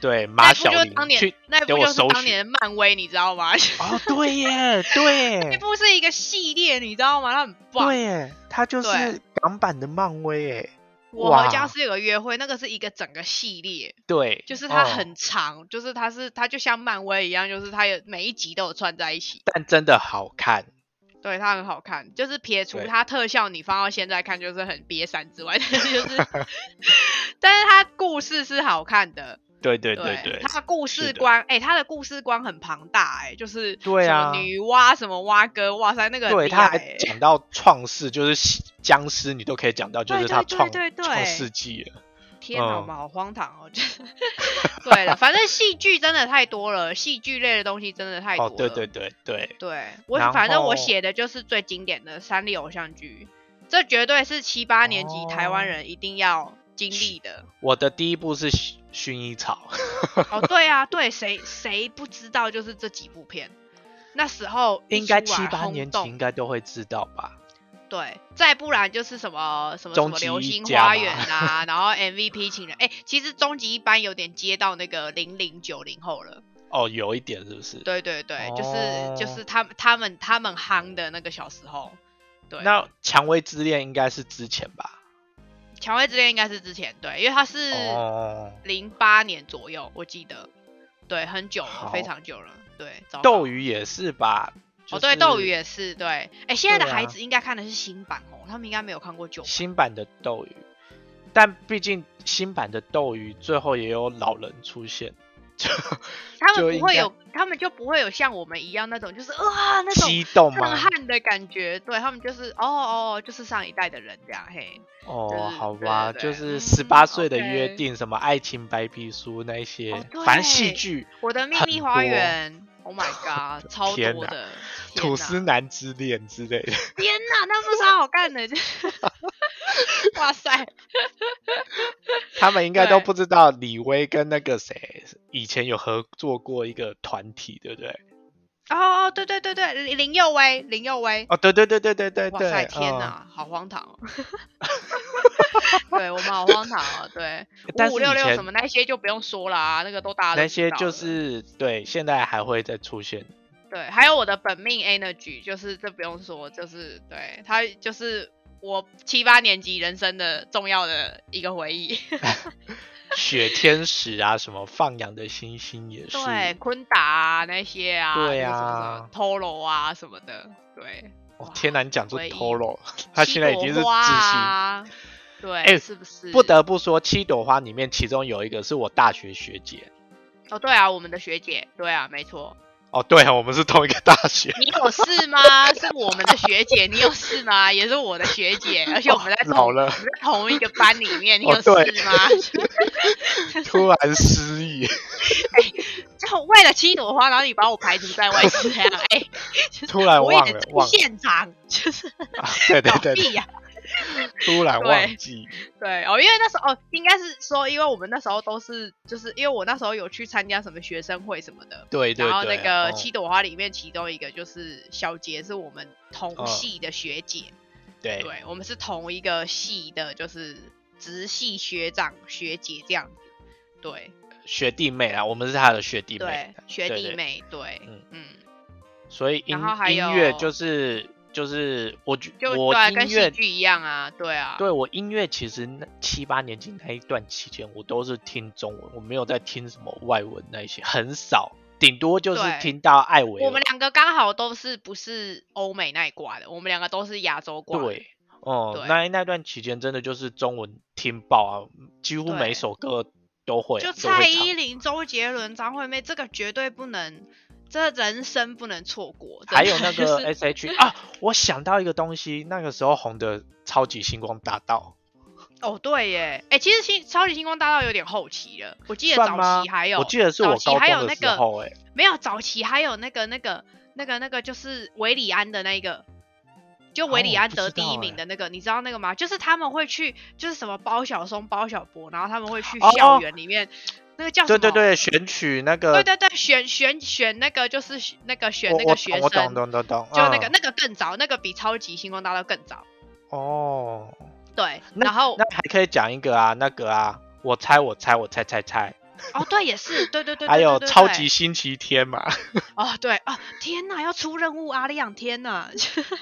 Speaker 1: 对，
Speaker 2: 那
Speaker 1: 马
Speaker 2: 一部
Speaker 1: 小
Speaker 2: 就是
Speaker 1: 玲
Speaker 2: 当年
Speaker 1: 去，
Speaker 2: 那一部
Speaker 1: 给我
Speaker 2: 就是
Speaker 1: 搜
Speaker 2: 当
Speaker 1: 寻。
Speaker 2: 年的漫威，你知道 吗？
Speaker 1: 哦，对耶，对
Speaker 2: 那
Speaker 1: 耶，
Speaker 2: 部是一个系列，你知道吗？它很棒。
Speaker 1: 对耶，他就
Speaker 2: 对
Speaker 1: 是港版的漫威耶。
Speaker 2: 我和
Speaker 1: 哇
Speaker 2: 僵尸有个约会，那个是一个整个系列，
Speaker 1: 对，
Speaker 2: 就是它
Speaker 1: 哦
Speaker 2: 很长，就是它是它就像漫威一样，就是它有每一集都有串在一起，
Speaker 1: 但真的好看。
Speaker 2: 对，它很好看。就是撇除
Speaker 1: 对
Speaker 2: 它特效，你放到现在看就是很憋三之外，但 是就是，但是它故事是好看的，
Speaker 1: 对对
Speaker 2: 对
Speaker 1: 对，
Speaker 2: 他的故事
Speaker 1: 是的
Speaker 2: 观，哎、他的故事观很庞大、哎，就是
Speaker 1: 对
Speaker 2: 什么
Speaker 1: 啊
Speaker 2: 女娲什么蛙哥，哇塞，那个很
Speaker 1: 对，
Speaker 2: 厉
Speaker 1: 他
Speaker 2: 害、
Speaker 1: 还
Speaker 2: 哎
Speaker 1: 讲到创世，就是僵尸，你都可以讲到，就
Speaker 2: 对
Speaker 1: 是
Speaker 2: 对
Speaker 1: 他
Speaker 2: 对
Speaker 1: 创
Speaker 2: 对对
Speaker 1: 创世纪了。
Speaker 2: 天哪，
Speaker 1: 嗯
Speaker 2: 我们好荒唐哦！就是 对了，反正戏剧真的太多了，戏剧类的东西真的太多
Speaker 1: 哦
Speaker 2: 了。，
Speaker 1: 对对对对，
Speaker 2: 对我
Speaker 1: 然
Speaker 2: 反正我
Speaker 1: 后
Speaker 2: 写的就是最经典的三立偶像剧，这绝对是七八年级台湾
Speaker 1: 哦
Speaker 2: 人一定要经历的。
Speaker 1: 我的第一部是薰薰衣草，
Speaker 2: 哦，对啊，对，谁谁不知道就是这几部片，那时候一
Speaker 1: 应该
Speaker 2: 出来
Speaker 1: 七八
Speaker 2: 轰
Speaker 1: 年级
Speaker 2: 动
Speaker 1: 应该都会知道吧？
Speaker 2: 对，再不然就是什么什么什
Speaker 1: 终
Speaker 2: 么
Speaker 1: 极
Speaker 2: 流
Speaker 1: 一
Speaker 2: 星
Speaker 1: 家
Speaker 2: 花
Speaker 1: 嘛
Speaker 2: 园 啊，然后 MVP 情人，哎、其实终极一班有点接到那个零零九零后了，
Speaker 1: 哦，有一点是不是？
Speaker 2: 对对对，就是就
Speaker 1: 哦
Speaker 2: 是他们他们他们夯的那个小时候，对，
Speaker 1: 那《蔷薇之恋》应该是之前吧？
Speaker 2: 蔷薇之恋应该是之前对，因为它是
Speaker 1: 哦，
Speaker 2: 零八年左右，我记得，对，很久了，非
Speaker 1: 好
Speaker 2: 常久了，对，糟糕
Speaker 1: 斗鱼也是吧？
Speaker 2: 哦，对，斗鱼
Speaker 1: 也
Speaker 2: 也是对，哎、现在的
Speaker 1: 对
Speaker 2: 孩
Speaker 1: 啊
Speaker 2: 子应该看的是新版哦，他们应该没有看过旧版，
Speaker 1: 新版的斗鱼，但毕竟新版的斗鱼最后也有老人出现，就
Speaker 2: 他
Speaker 1: 就
Speaker 2: 们
Speaker 1: 应
Speaker 2: 不会
Speaker 1: 该
Speaker 2: 有，他们就不会有像我们一样那种就是哇那种
Speaker 1: 激动吗
Speaker 2: 震？撼的感觉，对他们就是哦哦，就是上一代的人这样嘿，
Speaker 1: 哦，
Speaker 2: 是
Speaker 1: 好
Speaker 2: 对
Speaker 1: 吧，
Speaker 2: 对
Speaker 1: 就
Speaker 2: 嗯
Speaker 1: 是十八岁的
Speaker 2: OK
Speaker 1: 约定，什么爱情白皮书那一些，
Speaker 2: 哦
Speaker 1: 反正戏
Speaker 2: 对
Speaker 1: 剧
Speaker 2: 我的秘
Speaker 1: 很
Speaker 2: 密花
Speaker 1: 多
Speaker 2: 园，Oh my god，超
Speaker 1: 天
Speaker 2: 多
Speaker 1: 哪
Speaker 2: 的，天
Speaker 1: 啊吐
Speaker 2: 哪
Speaker 1: 司男之恋之类的。
Speaker 2: 天哪，那不超好看的， 就哇塞，
Speaker 1: 他们应该都
Speaker 2: 对
Speaker 1: 不知道李威跟那个谁以前有合作过一个团体，对不对？
Speaker 2: 哦哦对对对对，林林佑威，林佑威，
Speaker 1: 哦，对对对对对对
Speaker 2: 哇
Speaker 1: 对，
Speaker 2: 塞，天
Speaker 1: 嗯！
Speaker 2: 哪，好荒唐哦， 对我们好荒唐哦，对，
Speaker 1: 但
Speaker 2: 五
Speaker 1: 是
Speaker 2: 五
Speaker 1: 以
Speaker 2: 六六
Speaker 1: 前
Speaker 2: 什么那些就不用说啦、那个都大家都
Speaker 1: 那
Speaker 2: 知
Speaker 1: 些
Speaker 2: 道
Speaker 1: 就
Speaker 2: 了
Speaker 1: 是对，现在还会再出现。
Speaker 2: 对，还有我的本命 energy，就是这不用说，就是对它就是我七八年级人生的重要的一个回忆。
Speaker 1: 雪天使啊，什么放羊的星星也是。
Speaker 2: 对，昆达啊那些啊，
Speaker 1: 对
Speaker 2: 那个什么什么
Speaker 1: 啊
Speaker 2: Tolo 啊什么的，对，
Speaker 1: 哦
Speaker 2: 哇，
Speaker 1: 天南讲出
Speaker 2: 回忆
Speaker 1: Toro，他
Speaker 2: 七
Speaker 1: 现在已
Speaker 2: 朵
Speaker 1: 经是
Speaker 2: 花
Speaker 1: 窒息。
Speaker 2: 啊，对，
Speaker 1: 哎
Speaker 2: 是不是
Speaker 1: 不得不说，七朵花里面其中有一个是我大学学姐。
Speaker 2: 哦？对啊，我们的学姐，对啊，没错，
Speaker 1: 哦，对啊，我们是同一个大学。
Speaker 2: 你有事吗？是我们的学姐，你有事吗？也是我的学姐，而且我们在
Speaker 1: 哦老
Speaker 2: 同
Speaker 1: 了，
Speaker 2: 我们在同一个班里面，你有
Speaker 1: 哦
Speaker 2: 事
Speaker 1: 对
Speaker 2: 吗？
Speaker 1: 突然失忆。
Speaker 2: 就为了七朵花，然后你把我排除在外是这样？ 哎、
Speaker 1: 突然
Speaker 2: 我
Speaker 1: 哎忘
Speaker 2: 也
Speaker 1: 了
Speaker 2: 得出
Speaker 1: 忘了
Speaker 2: 现场，就是
Speaker 1: 啊对对
Speaker 2: 搞
Speaker 1: 对
Speaker 2: 屁
Speaker 1: 对，
Speaker 2: 呀、
Speaker 1: 突然
Speaker 2: 对
Speaker 1: 忘记。
Speaker 2: 对哦，因为那时候哦，应该是说，因为我们那时候都是，就是因为我那时候有去参加什么学生会什么的，
Speaker 1: 对对对。
Speaker 2: 然后那个
Speaker 1: 哦
Speaker 2: 七朵花里面其中一个就是小杰，是我们同
Speaker 1: 嗯
Speaker 2: 系的学姐，
Speaker 1: 对
Speaker 2: 对我们是同一个系的，就是直系学长学姐这样子，对
Speaker 1: 学弟妹啊，我们是他的学弟妹
Speaker 2: 对，，学
Speaker 1: 对
Speaker 2: 弟
Speaker 1: 对
Speaker 2: 妹，对，
Speaker 1: 嗯
Speaker 2: 嗯，
Speaker 1: 所以音
Speaker 2: 然后还有
Speaker 1: 音乐就是就是我觉
Speaker 2: 就
Speaker 1: 我
Speaker 2: 对啊，跟
Speaker 1: 音
Speaker 2: 戏
Speaker 1: 乐
Speaker 2: 剧一样啊，对啊，
Speaker 1: 对我音乐其实那七八年级那一段期间，我都是听中文，我没有在听什么外文那一些，很少，顶多就是
Speaker 2: 对
Speaker 1: 听到艾维尔。
Speaker 2: 我们两个刚好都是不是欧美那一挂的，我们两个都是亚洲挂的。
Speaker 1: 对，哦、
Speaker 2: 对
Speaker 1: 那那段期间真的就是中文听爆啊，几乎
Speaker 2: 对
Speaker 1: 每首歌都会啊
Speaker 2: 就
Speaker 1: 都会
Speaker 2: 蔡依
Speaker 1: 唱
Speaker 2: 林、周杰伦、张惠妹，这个绝对不能，这人生不能错过。
Speaker 1: 还有
Speaker 2: 真
Speaker 1: 那
Speaker 2: 的
Speaker 1: 个
Speaker 2: 就是
Speaker 1: S H 啊，我想到一个东西，那个时候红的《超级星光大道
Speaker 2: 哦，对耶，哎、其实星超级星光大道有点后期了，我》记得
Speaker 1: 算
Speaker 2: 早
Speaker 1: 吗
Speaker 2: 期还有，
Speaker 1: 我记得是我
Speaker 2: 早期
Speaker 1: 高
Speaker 2: 还有
Speaker 1: 中
Speaker 2: 那
Speaker 1: 的时
Speaker 2: 个
Speaker 1: 候、欸，哎、
Speaker 2: 没有早期还有那个那个那个那个就是维里安的那一个。就维
Speaker 1: 哦
Speaker 2: 里
Speaker 1: 我
Speaker 2: 安
Speaker 1: 不
Speaker 2: 得
Speaker 1: 知
Speaker 2: 第一
Speaker 1: 道
Speaker 2: 名
Speaker 1: 哎
Speaker 2: 的那个，你知道那个吗？就是他们会去，就是什么包小松、包小博，然后他们会去
Speaker 1: 哦
Speaker 2: 校园里面，那个啊叫什
Speaker 1: 对
Speaker 2: 么？
Speaker 1: 对对，选曲那个，
Speaker 2: 对对对，选选选那个就是选那个选
Speaker 1: 我
Speaker 2: 那
Speaker 1: 我
Speaker 2: 个学
Speaker 1: 懂我懂
Speaker 2: 生，
Speaker 1: 懂懂懂，
Speaker 2: 就那个、
Speaker 1: 嗯
Speaker 2: 那个更早，那个比超级星光大道更早。
Speaker 1: 哦，
Speaker 2: 对，
Speaker 1: 那
Speaker 2: 然后
Speaker 1: 那还可以讲一个啊，那个啊，我猜我猜我猜猜猜，
Speaker 2: 哦对，也是对对对，对
Speaker 1: 还有
Speaker 2: 对对
Speaker 1: 超
Speaker 2: 对
Speaker 1: 级星期天 嘛，
Speaker 2: 哦对哦，天哪，要出任务阿里养天哪，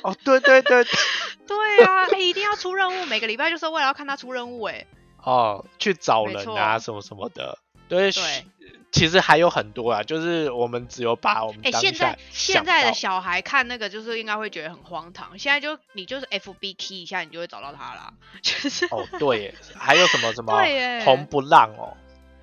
Speaker 1: 哦对对对，对
Speaker 2: 对啊，哎、一定要出任务，每个礼拜就是为了要看他出任务哎。
Speaker 1: 哦去找
Speaker 2: 没
Speaker 1: 人
Speaker 2: 错
Speaker 1: 啊什么什么的，对
Speaker 2: 对
Speaker 1: 其实还有很多啊，就是我们只有把我们
Speaker 2: 哎、
Speaker 1: 当
Speaker 2: 现
Speaker 1: 下
Speaker 2: 在现
Speaker 1: 想
Speaker 2: 在的
Speaker 1: 到
Speaker 2: 小孩看那个，就是应该会觉得很荒唐。现在就你就是 F B key 一下，你就会找到他啦。 就是
Speaker 1: 哦，对耶，还有什么 什么
Speaker 2: 对耶
Speaker 1: 红不浪哦，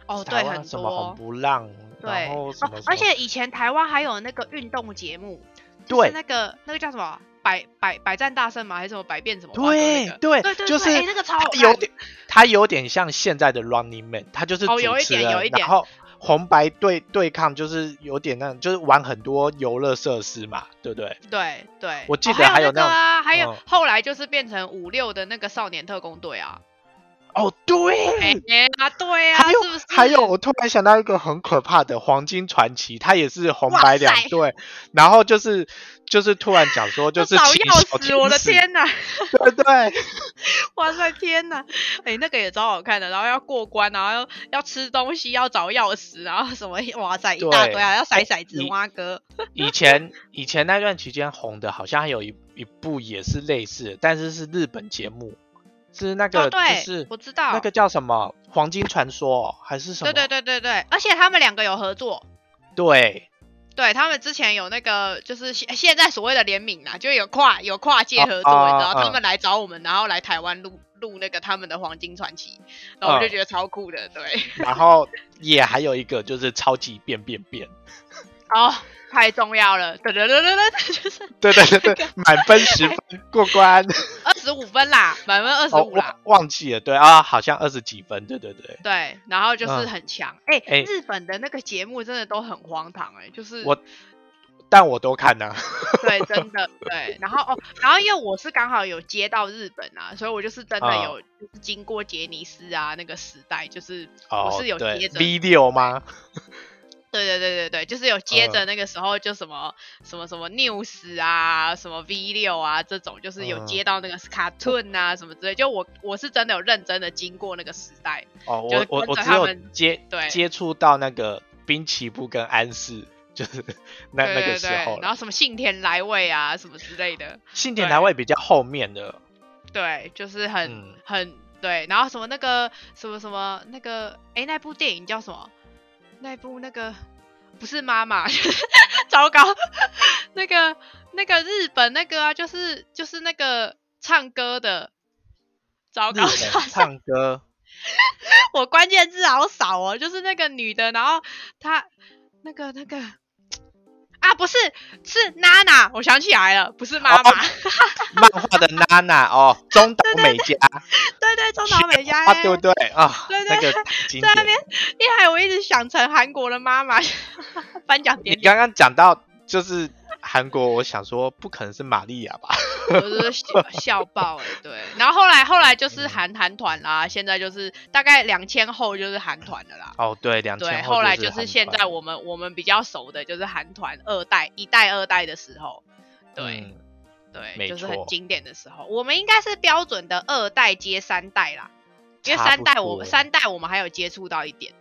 Speaker 2: 哦，对，
Speaker 1: 台
Speaker 2: 很
Speaker 1: 湾
Speaker 2: 多
Speaker 1: 什么红不浪，
Speaker 2: 对，
Speaker 1: 然后什么
Speaker 2: 哦
Speaker 1: 什
Speaker 2: 而
Speaker 1: 么
Speaker 2: 且以前台湾还有那个运动节目，就是
Speaker 1: 对
Speaker 2: 那个那个叫什么百百百战大胜吗？还是什么百变什么花哥那
Speaker 1: 对
Speaker 2: 个？
Speaker 1: 对
Speaker 2: 对对
Speaker 1: 就是
Speaker 2: 对哎那个超好
Speaker 1: 他有
Speaker 2: 看
Speaker 1: 点，他有点像现在的 Running Man，他就是主
Speaker 2: 哦有一
Speaker 1: 持
Speaker 2: 点
Speaker 1: 人，
Speaker 2: 有一点
Speaker 1: 然后红白对对抗就是有点那，就是玩很多游乐设施嘛，对不对？
Speaker 2: 对对，
Speaker 1: 我记
Speaker 2: 哦
Speaker 1: 得还
Speaker 2: 还
Speaker 1: 有
Speaker 2: 那个啊，还有
Speaker 1: 嗯
Speaker 2: 后来就是变成五六的那个少年特工队啊，
Speaker 1: 哦，对。
Speaker 2: 哎啊，对啊，
Speaker 1: 还有
Speaker 2: 是不是？
Speaker 1: 还有，我突然想到一个很可怕的《黄金传奇》，它也是红
Speaker 2: 哇
Speaker 1: 白两
Speaker 2: 塞
Speaker 1: 队，然后就是就是突然讲说就
Speaker 2: 都
Speaker 1: 是
Speaker 2: 早
Speaker 1: 骑
Speaker 2: 要
Speaker 1: 小
Speaker 2: 死！我的
Speaker 1: 使，
Speaker 2: 天哪，
Speaker 1: 对对，
Speaker 2: 哇塞，天哪！哎、那个也超好看的，然后要过关，然后要要吃东西，要找钥匙，然后什么，哇塞，一大堆啊，要甩骰子、
Speaker 1: 哎你
Speaker 2: 挖哥，
Speaker 1: 以前以前那段期间红的，好像还有一一部也是类似的，但是是日本节目，是那个
Speaker 2: 哦，
Speaker 1: 就
Speaker 2: 对，
Speaker 1: 是
Speaker 2: 我知道，
Speaker 1: 那个叫什么《黄金传说哦》还是什么？
Speaker 2: 对对对对对，而且他们两个有合作，
Speaker 1: 对
Speaker 2: 对他们之前有那个，就是现现在所谓的联名啦，就有跨有跨界合作，
Speaker 1: 啊啊
Speaker 2: 你知道、
Speaker 1: 啊
Speaker 2: 他们来找我们，然后来台湾录录那个他们的《黄金传奇》，然后我就
Speaker 1: 啊
Speaker 2: 觉得超酷的，对，
Speaker 1: 然后也还有一个就是超级变变变，
Speaker 2: 哦，太重要了，噔噔噔噔噔，就是
Speaker 1: 对对对对，满分十分过关。
Speaker 2: 二十五分啦，满分二十
Speaker 1: 哦，
Speaker 2: 五啦
Speaker 1: 忘。忘记了，对啊，好像二十几分，对对对。
Speaker 2: 对，然后就是
Speaker 1: 嗯
Speaker 2: 很强。哎、
Speaker 1: 哎
Speaker 2: 日本的那个节目真的都很荒唐哎、就是
Speaker 1: 我但我都看啊了，
Speaker 2: 对，真的对。然后哦，然后因为我是刚好有接到日本啊，所以我就是真的
Speaker 1: 啊
Speaker 2: 有、就是经过杰尼斯啊那个时代，就是
Speaker 1: 哦，
Speaker 2: 我是有
Speaker 1: 对
Speaker 2: 接着
Speaker 1: V 六吗？
Speaker 2: 对对对对对，就是有接
Speaker 1: 嗯
Speaker 2: 着那个时候就什么、什么什么 news 啊，什么 V 六啊这种，就是有
Speaker 1: 嗯
Speaker 2: 接到那个 cartoon 啊什么之类。就我我是真的有认真的经过那个时代，
Speaker 1: 哦，
Speaker 2: 就
Speaker 1: 我
Speaker 2: 是
Speaker 1: 我
Speaker 2: 跟
Speaker 1: 我
Speaker 2: 着
Speaker 1: 只
Speaker 2: 他
Speaker 1: 有
Speaker 2: 们
Speaker 1: 接
Speaker 2: 对
Speaker 1: 接触到那个滨崎步跟安室，就是 那
Speaker 2: 对
Speaker 1: 那个
Speaker 2: 对
Speaker 1: 时
Speaker 2: 对
Speaker 1: 候。
Speaker 2: 然后什么幸田来未啊什么之类的。
Speaker 1: 信田
Speaker 2: 对
Speaker 1: 来未比较后面的，
Speaker 2: 对，就是很、
Speaker 1: 嗯
Speaker 2: 很对，然后什么那个什么什么那个，哎、那部电影叫什么？那部那个不是妈妈， 糟糕， 那个那个日本那个啊，就是就是那个唱歌的，糟
Speaker 1: 日
Speaker 2: 糕，
Speaker 1: 本唱歌
Speaker 2: 我关键字好少哦，就是那个女的，然后她那个那个。啊，不是，是娜娜，我想起来了，不是妈妈，
Speaker 1: 哦漫画的娜娜哦，中岛美嘉，
Speaker 2: 对对，中岛美嘉
Speaker 1: 啊
Speaker 2: 耶，
Speaker 1: 对不对啊？
Speaker 2: 对对
Speaker 1: 那个经
Speaker 2: 在那
Speaker 1: 典。
Speaker 2: 边一来我一直想成韩国的妈 妈颁奖
Speaker 1: 你
Speaker 2: 典礼，
Speaker 1: 刚刚讲到就是韩国，我想说不可能是玛利亚吧？
Speaker 2: 我就是笑笑爆哎、对。然后后来后来就是
Speaker 1: 嗯
Speaker 2: 韩韩团啦，现在就是大概两千后就是韩团的啦。
Speaker 1: 哦，对，两
Speaker 2: 对，
Speaker 1: 千
Speaker 2: 后来
Speaker 1: 就是是
Speaker 2: 现在我们我们比较熟的就是韩团二代一代二代的时候，对、
Speaker 1: 对
Speaker 2: 对，
Speaker 1: 没
Speaker 2: 就是很
Speaker 1: 错
Speaker 2: 经典的时候。我们应该是标准的二代接三代啦，因为
Speaker 1: 差
Speaker 2: 三
Speaker 1: 不
Speaker 2: 代我们
Speaker 1: 多
Speaker 2: 三代我们还有接触到一点，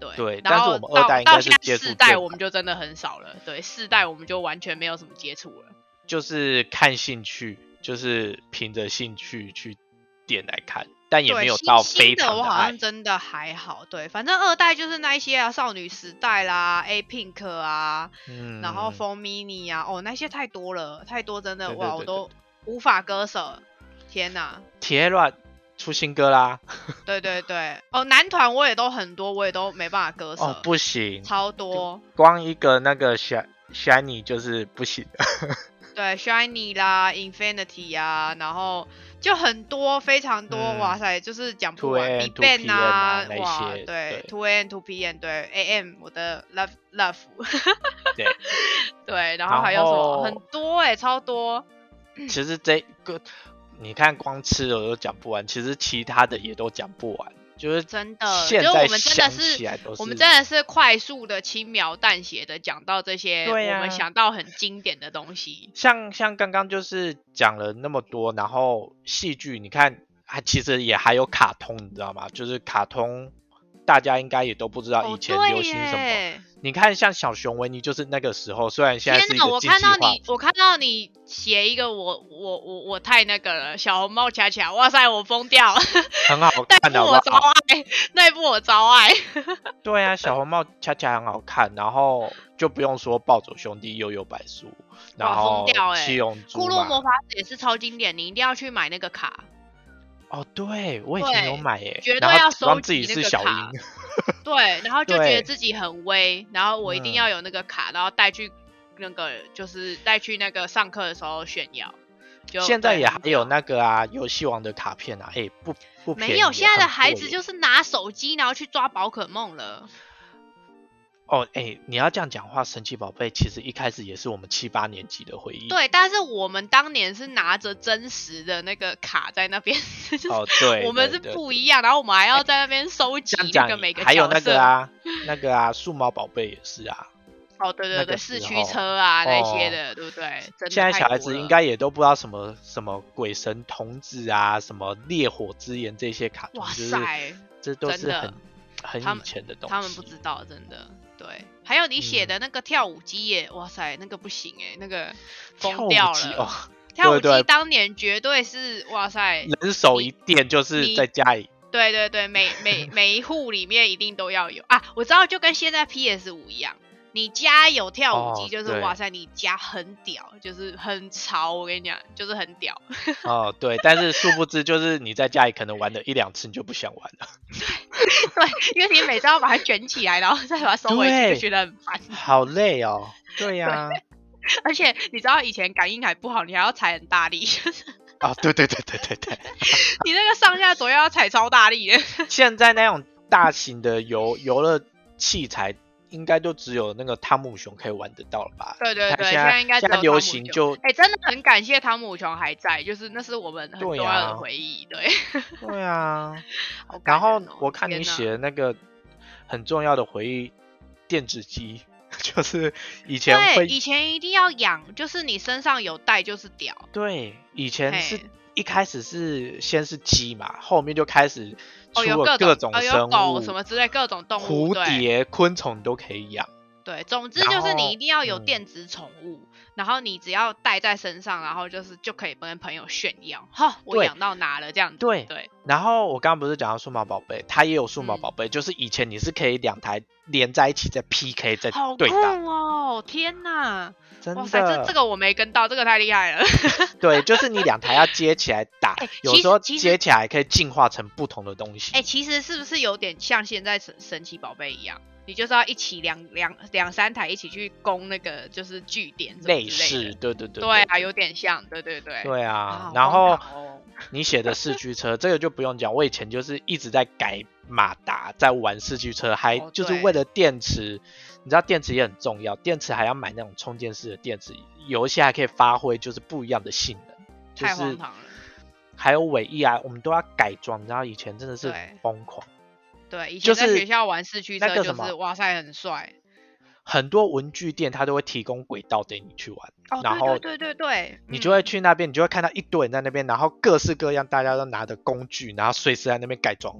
Speaker 2: 对
Speaker 1: 对但
Speaker 2: 然
Speaker 1: 是
Speaker 2: 后
Speaker 1: 我们二
Speaker 2: 到
Speaker 1: 代应
Speaker 2: 到
Speaker 1: 该是
Speaker 2: 现在
Speaker 1: 接触
Speaker 2: 四
Speaker 1: 最
Speaker 2: 代
Speaker 1: 晚
Speaker 2: 我们就真的很少了，对，四代我们就完全没有什么接触了。
Speaker 1: 就是看兴趣，就是凭着兴趣去点来看，但也
Speaker 2: 对，
Speaker 1: 没有
Speaker 2: 新
Speaker 1: 到
Speaker 2: 新
Speaker 1: 非
Speaker 2: 的
Speaker 1: 常
Speaker 2: 我
Speaker 1: 的
Speaker 2: 好
Speaker 1: 爱
Speaker 2: 像。真的还好，对，反正二代就是那一些啊，少女时代啦，A Pink 啊，
Speaker 1: 嗯
Speaker 2: 然后 For Mini 啊，哦，那些太多了，太多真的
Speaker 1: 对对
Speaker 2: 哇，
Speaker 1: 对
Speaker 2: 我
Speaker 1: 对
Speaker 2: 都无法割舍。天呐，
Speaker 1: 铁软出新歌啦，
Speaker 2: 对对对，哦，男团我也都很多，我也都没办法割舍，
Speaker 1: 哦不行，
Speaker 2: 超多，
Speaker 1: 光一个那个 Shi- shiny 就是不行的。
Speaker 2: 对，Shiny 啦，Infinity 啊，然后就很多，非常多，
Speaker 1: 嗯
Speaker 2: 哇塞，就是讲不
Speaker 1: 2AM
Speaker 2: 完。Big Bang
Speaker 1: PM 啊那
Speaker 2: 哇，
Speaker 1: 些
Speaker 2: 对
Speaker 1: 对
Speaker 2: ，Two N Two P N 对，AM 我的 Love Love，
Speaker 1: 对
Speaker 2: 对，然
Speaker 1: 然
Speaker 2: 后还有什么
Speaker 1: 后
Speaker 2: 很多哎、超多，
Speaker 1: 其实这个你看光吃的我都讲不完，其实其他的也都讲不完，就是
Speaker 2: 真的
Speaker 1: 现
Speaker 2: 就是我
Speaker 1: 在
Speaker 2: 们真的
Speaker 1: 想
Speaker 2: 是
Speaker 1: 起来都是
Speaker 2: 我们真的是快速的轻描淡写的讲到这些
Speaker 1: 对
Speaker 2: 我们
Speaker 1: 啊
Speaker 2: 想到很经典的东西，
Speaker 1: 像像刚刚就是讲了那么多，然后戏剧你看啊，其实也还有卡通，你知道吗？就是卡通，大家应该也都不知啊道以
Speaker 2: 哦
Speaker 1: 前
Speaker 2: 对
Speaker 1: 流行什么。
Speaker 2: 耶
Speaker 1: 你看像小熊维尼，就是那个时候，虽然现在
Speaker 2: 天
Speaker 1: 是一
Speaker 2: 呐，
Speaker 1: 个
Speaker 2: 我
Speaker 1: 禁忌
Speaker 2: 看到
Speaker 1: 化，
Speaker 2: 你，我看到你写一个我我我我太那个了，小红帽恰恰，哇塞，我疯 掉，
Speaker 1: 很好
Speaker 2: 那
Speaker 1: 看啊
Speaker 2: 一
Speaker 1: 的
Speaker 2: 部
Speaker 1: 好
Speaker 2: 我
Speaker 1: 不
Speaker 2: 超
Speaker 1: 好？
Speaker 2: 爱，那一部我超爱，
Speaker 1: 对啊，小红帽恰恰很好看，然后就不用说暴走兄弟、悠悠白书，然
Speaker 2: 哇疯
Speaker 1: 后
Speaker 2: 掉欸
Speaker 1: 七龙珠
Speaker 2: 库洛魔
Speaker 1: 嘛。
Speaker 2: 法使也是超经典，你一定要去买那个卡，
Speaker 1: 哦，对，我以前有
Speaker 2: 对
Speaker 1: 买耶，
Speaker 2: 绝
Speaker 1: 然
Speaker 2: 对
Speaker 1: 后
Speaker 2: 要
Speaker 1: 假装
Speaker 2: 收
Speaker 1: 自己
Speaker 2: 集那
Speaker 1: 是
Speaker 2: 个
Speaker 1: 小
Speaker 2: 卡
Speaker 1: 樱。
Speaker 2: 对，然后就觉得
Speaker 1: 对
Speaker 2: 自己很威，然后我一定
Speaker 1: 嗯
Speaker 2: 要有那个卡，然后带去那个就是带去那个上课的时候炫耀，就
Speaker 1: 现在
Speaker 2: 对
Speaker 1: 也
Speaker 2: 很
Speaker 1: 还有
Speaker 2: 屌
Speaker 1: 那个啊，游戏王的卡片啊，哎、不不便宜啊
Speaker 2: 没有，现在的孩子
Speaker 1: 是
Speaker 2: 就是拿手机然后去抓宝可梦了。
Speaker 1: 哦，哎、你要这样讲话，神奇宝贝其实一开始也是我们七八年级的回忆。
Speaker 2: 对，但是我们当年是拿着真实的那个卡在那边，就是
Speaker 1: 哦，对，
Speaker 2: 我们
Speaker 1: 对
Speaker 2: 是
Speaker 1: 对
Speaker 2: 不一样，然后我们还要在那边收集
Speaker 1: 这样
Speaker 2: 那
Speaker 1: 讲
Speaker 2: 个每个
Speaker 1: 还有
Speaker 2: 角
Speaker 1: 那
Speaker 2: 色
Speaker 1: 个。啊，那个啊，数码宝贝也是啊。
Speaker 2: 哦，对
Speaker 1: 那
Speaker 2: 对
Speaker 1: 个
Speaker 2: 对，
Speaker 1: 时
Speaker 2: 四驱
Speaker 1: 候
Speaker 2: 车啊那
Speaker 1: 哦
Speaker 2: 些的，对不对？真的
Speaker 1: 现在
Speaker 2: 太
Speaker 1: 小孩
Speaker 2: 多
Speaker 1: 子应
Speaker 2: 了
Speaker 1: 该也都不知道什么什么鬼神童子啊，什么烈火之炎这些卡通，
Speaker 2: 哇
Speaker 1: 就是
Speaker 2: 塞
Speaker 1: 这都
Speaker 2: 真
Speaker 1: 是
Speaker 2: 的
Speaker 1: 很很
Speaker 2: 他
Speaker 1: 以
Speaker 2: 们
Speaker 1: 前的东西。
Speaker 2: 他们不知道，真的对。还有你写
Speaker 1: 嗯
Speaker 2: 的那个跳舞机耶，哇塞，那个不行哎，那个
Speaker 1: 跳
Speaker 2: 疯
Speaker 1: 舞
Speaker 2: 掉
Speaker 1: 机
Speaker 2: 了。
Speaker 1: 哦，
Speaker 2: 跳舞
Speaker 1: 对对
Speaker 2: 机当年绝对是哇塞，
Speaker 1: 人手一电就是
Speaker 2: 哎你
Speaker 1: 在家里
Speaker 2: 对对对，每每每一户里面一定都要有啊！我知道，就跟现在 PS 五一样，你家有跳舞
Speaker 1: 哦
Speaker 2: 机，就是、
Speaker 1: 对
Speaker 2: 哇塞，你家很屌，就是很潮。我跟你讲，就是很屌。
Speaker 1: 哦，对，但是殊不知就是你在家里可能玩了一两次你就不想玩了，
Speaker 2: 对，因为你每次要把它卷起来，然后再把它收回去，
Speaker 1: 对
Speaker 2: 就觉得很烦。
Speaker 1: 好累哦。对呀、
Speaker 2: 而且你知道以前感应还不好，你还要踩很大力，就是
Speaker 1: 啊，哦，对对对对对对，
Speaker 2: 你那个上下左右要踩超大力的。
Speaker 1: 现在那种大型的游游乐器材，应该就只有那个汤姆熊可以玩得到了吧？
Speaker 2: 对对
Speaker 1: 它
Speaker 2: 对，
Speaker 1: 现
Speaker 2: 现
Speaker 1: 在
Speaker 2: 在应该只
Speaker 1: 现在
Speaker 2: 有
Speaker 1: 流
Speaker 2: 汤姆
Speaker 1: 行
Speaker 2: 熊
Speaker 1: 就
Speaker 2: 哎、真的很感谢汤姆熊还在，就是那是我们很重
Speaker 1: 对
Speaker 2: 要
Speaker 1: 呀
Speaker 2: 的回忆。对，
Speaker 1: 对啊。
Speaker 2: 好感
Speaker 1: 然后
Speaker 2: 人哦
Speaker 1: 我看你
Speaker 2: 天哪
Speaker 1: 写的那个很重要的回忆，电子机， 就是以前
Speaker 2: 对，
Speaker 1: 会
Speaker 2: 以前一定要养，就是你身上有带就是屌。
Speaker 1: 对，以前是
Speaker 2: 嘿
Speaker 1: 一开始是先是鸡嘛，后面就开始出
Speaker 2: 哦，有
Speaker 1: 了
Speaker 2: 各
Speaker 1: 种
Speaker 2: 哦有
Speaker 1: 生
Speaker 2: 狗
Speaker 1: 物，
Speaker 2: 什么之类各种动物，
Speaker 1: 蝴
Speaker 2: 对
Speaker 1: 蝶、昆虫都可以养。
Speaker 2: 对，总之
Speaker 1: 然
Speaker 2: 就是
Speaker 1: 后
Speaker 2: 你一定要有
Speaker 1: 嗯
Speaker 2: 电子宠物，然后你只要带在身上，然后就是就可以跟朋友炫耀，哈，我
Speaker 1: 对
Speaker 2: 养到哪了这样子。
Speaker 1: 对
Speaker 2: 对
Speaker 1: 然后我刚刚不是讲到数码宝贝，它也有数码
Speaker 2: 嗯
Speaker 1: 宝贝，就是以前你是可以两台连在一起在 PK 在
Speaker 2: 好酷
Speaker 1: 对打，
Speaker 2: 哦！天哪，
Speaker 1: 真的，
Speaker 2: 哇塞，这这个我没跟到，这个太厉害 了。
Speaker 1: 对，就是你两台要接 起来打，
Speaker 2: 哎
Speaker 1: 有
Speaker 2: 其
Speaker 1: 时候
Speaker 2: 实其实
Speaker 1: 接起来可以进化成不同的东西。
Speaker 2: 哎、其实是不是有点像现在神神奇宝贝一样？你就是要一起两两两三台一起去攻那个就是据点什么
Speaker 1: 类
Speaker 2: 之类的
Speaker 1: 似，对对对
Speaker 2: 对啊，有点像，对对对。
Speaker 1: 对
Speaker 2: 啊
Speaker 1: 啊
Speaker 2: 好，
Speaker 1: 然后
Speaker 2: 荒唐哦
Speaker 1: 你写的四驱车，这个就不用讲。我以前就是一直在改马达，在玩四驱车，还
Speaker 2: 哦
Speaker 1: 就是
Speaker 2: 对
Speaker 1: 为了电池。你知道电池也很重要，电池还要买那种充电式的电池，有一些还可以发挥就是不一样的性能，就
Speaker 2: 太荒
Speaker 1: 是
Speaker 2: 唐了。
Speaker 1: 还有尾翼啊，我们都要改装。你知道以前真的是
Speaker 2: 对
Speaker 1: 疯狂，
Speaker 2: 对，以
Speaker 1: 就
Speaker 2: 前在
Speaker 1: 是
Speaker 2: 学校玩四驱
Speaker 1: 那
Speaker 2: 车
Speaker 1: 个
Speaker 2: 就
Speaker 1: 什么
Speaker 2: 是哇塞很帅
Speaker 1: 很多文具店它都会提供轨道给你去玩，
Speaker 2: 哦，
Speaker 1: 然后
Speaker 2: 对对对对对，
Speaker 1: 你
Speaker 2: 嗯
Speaker 1: 就会去那边，你就会看到一堆人在那边，然后各式各样，大家都拿着工具，然后随时在那边改装。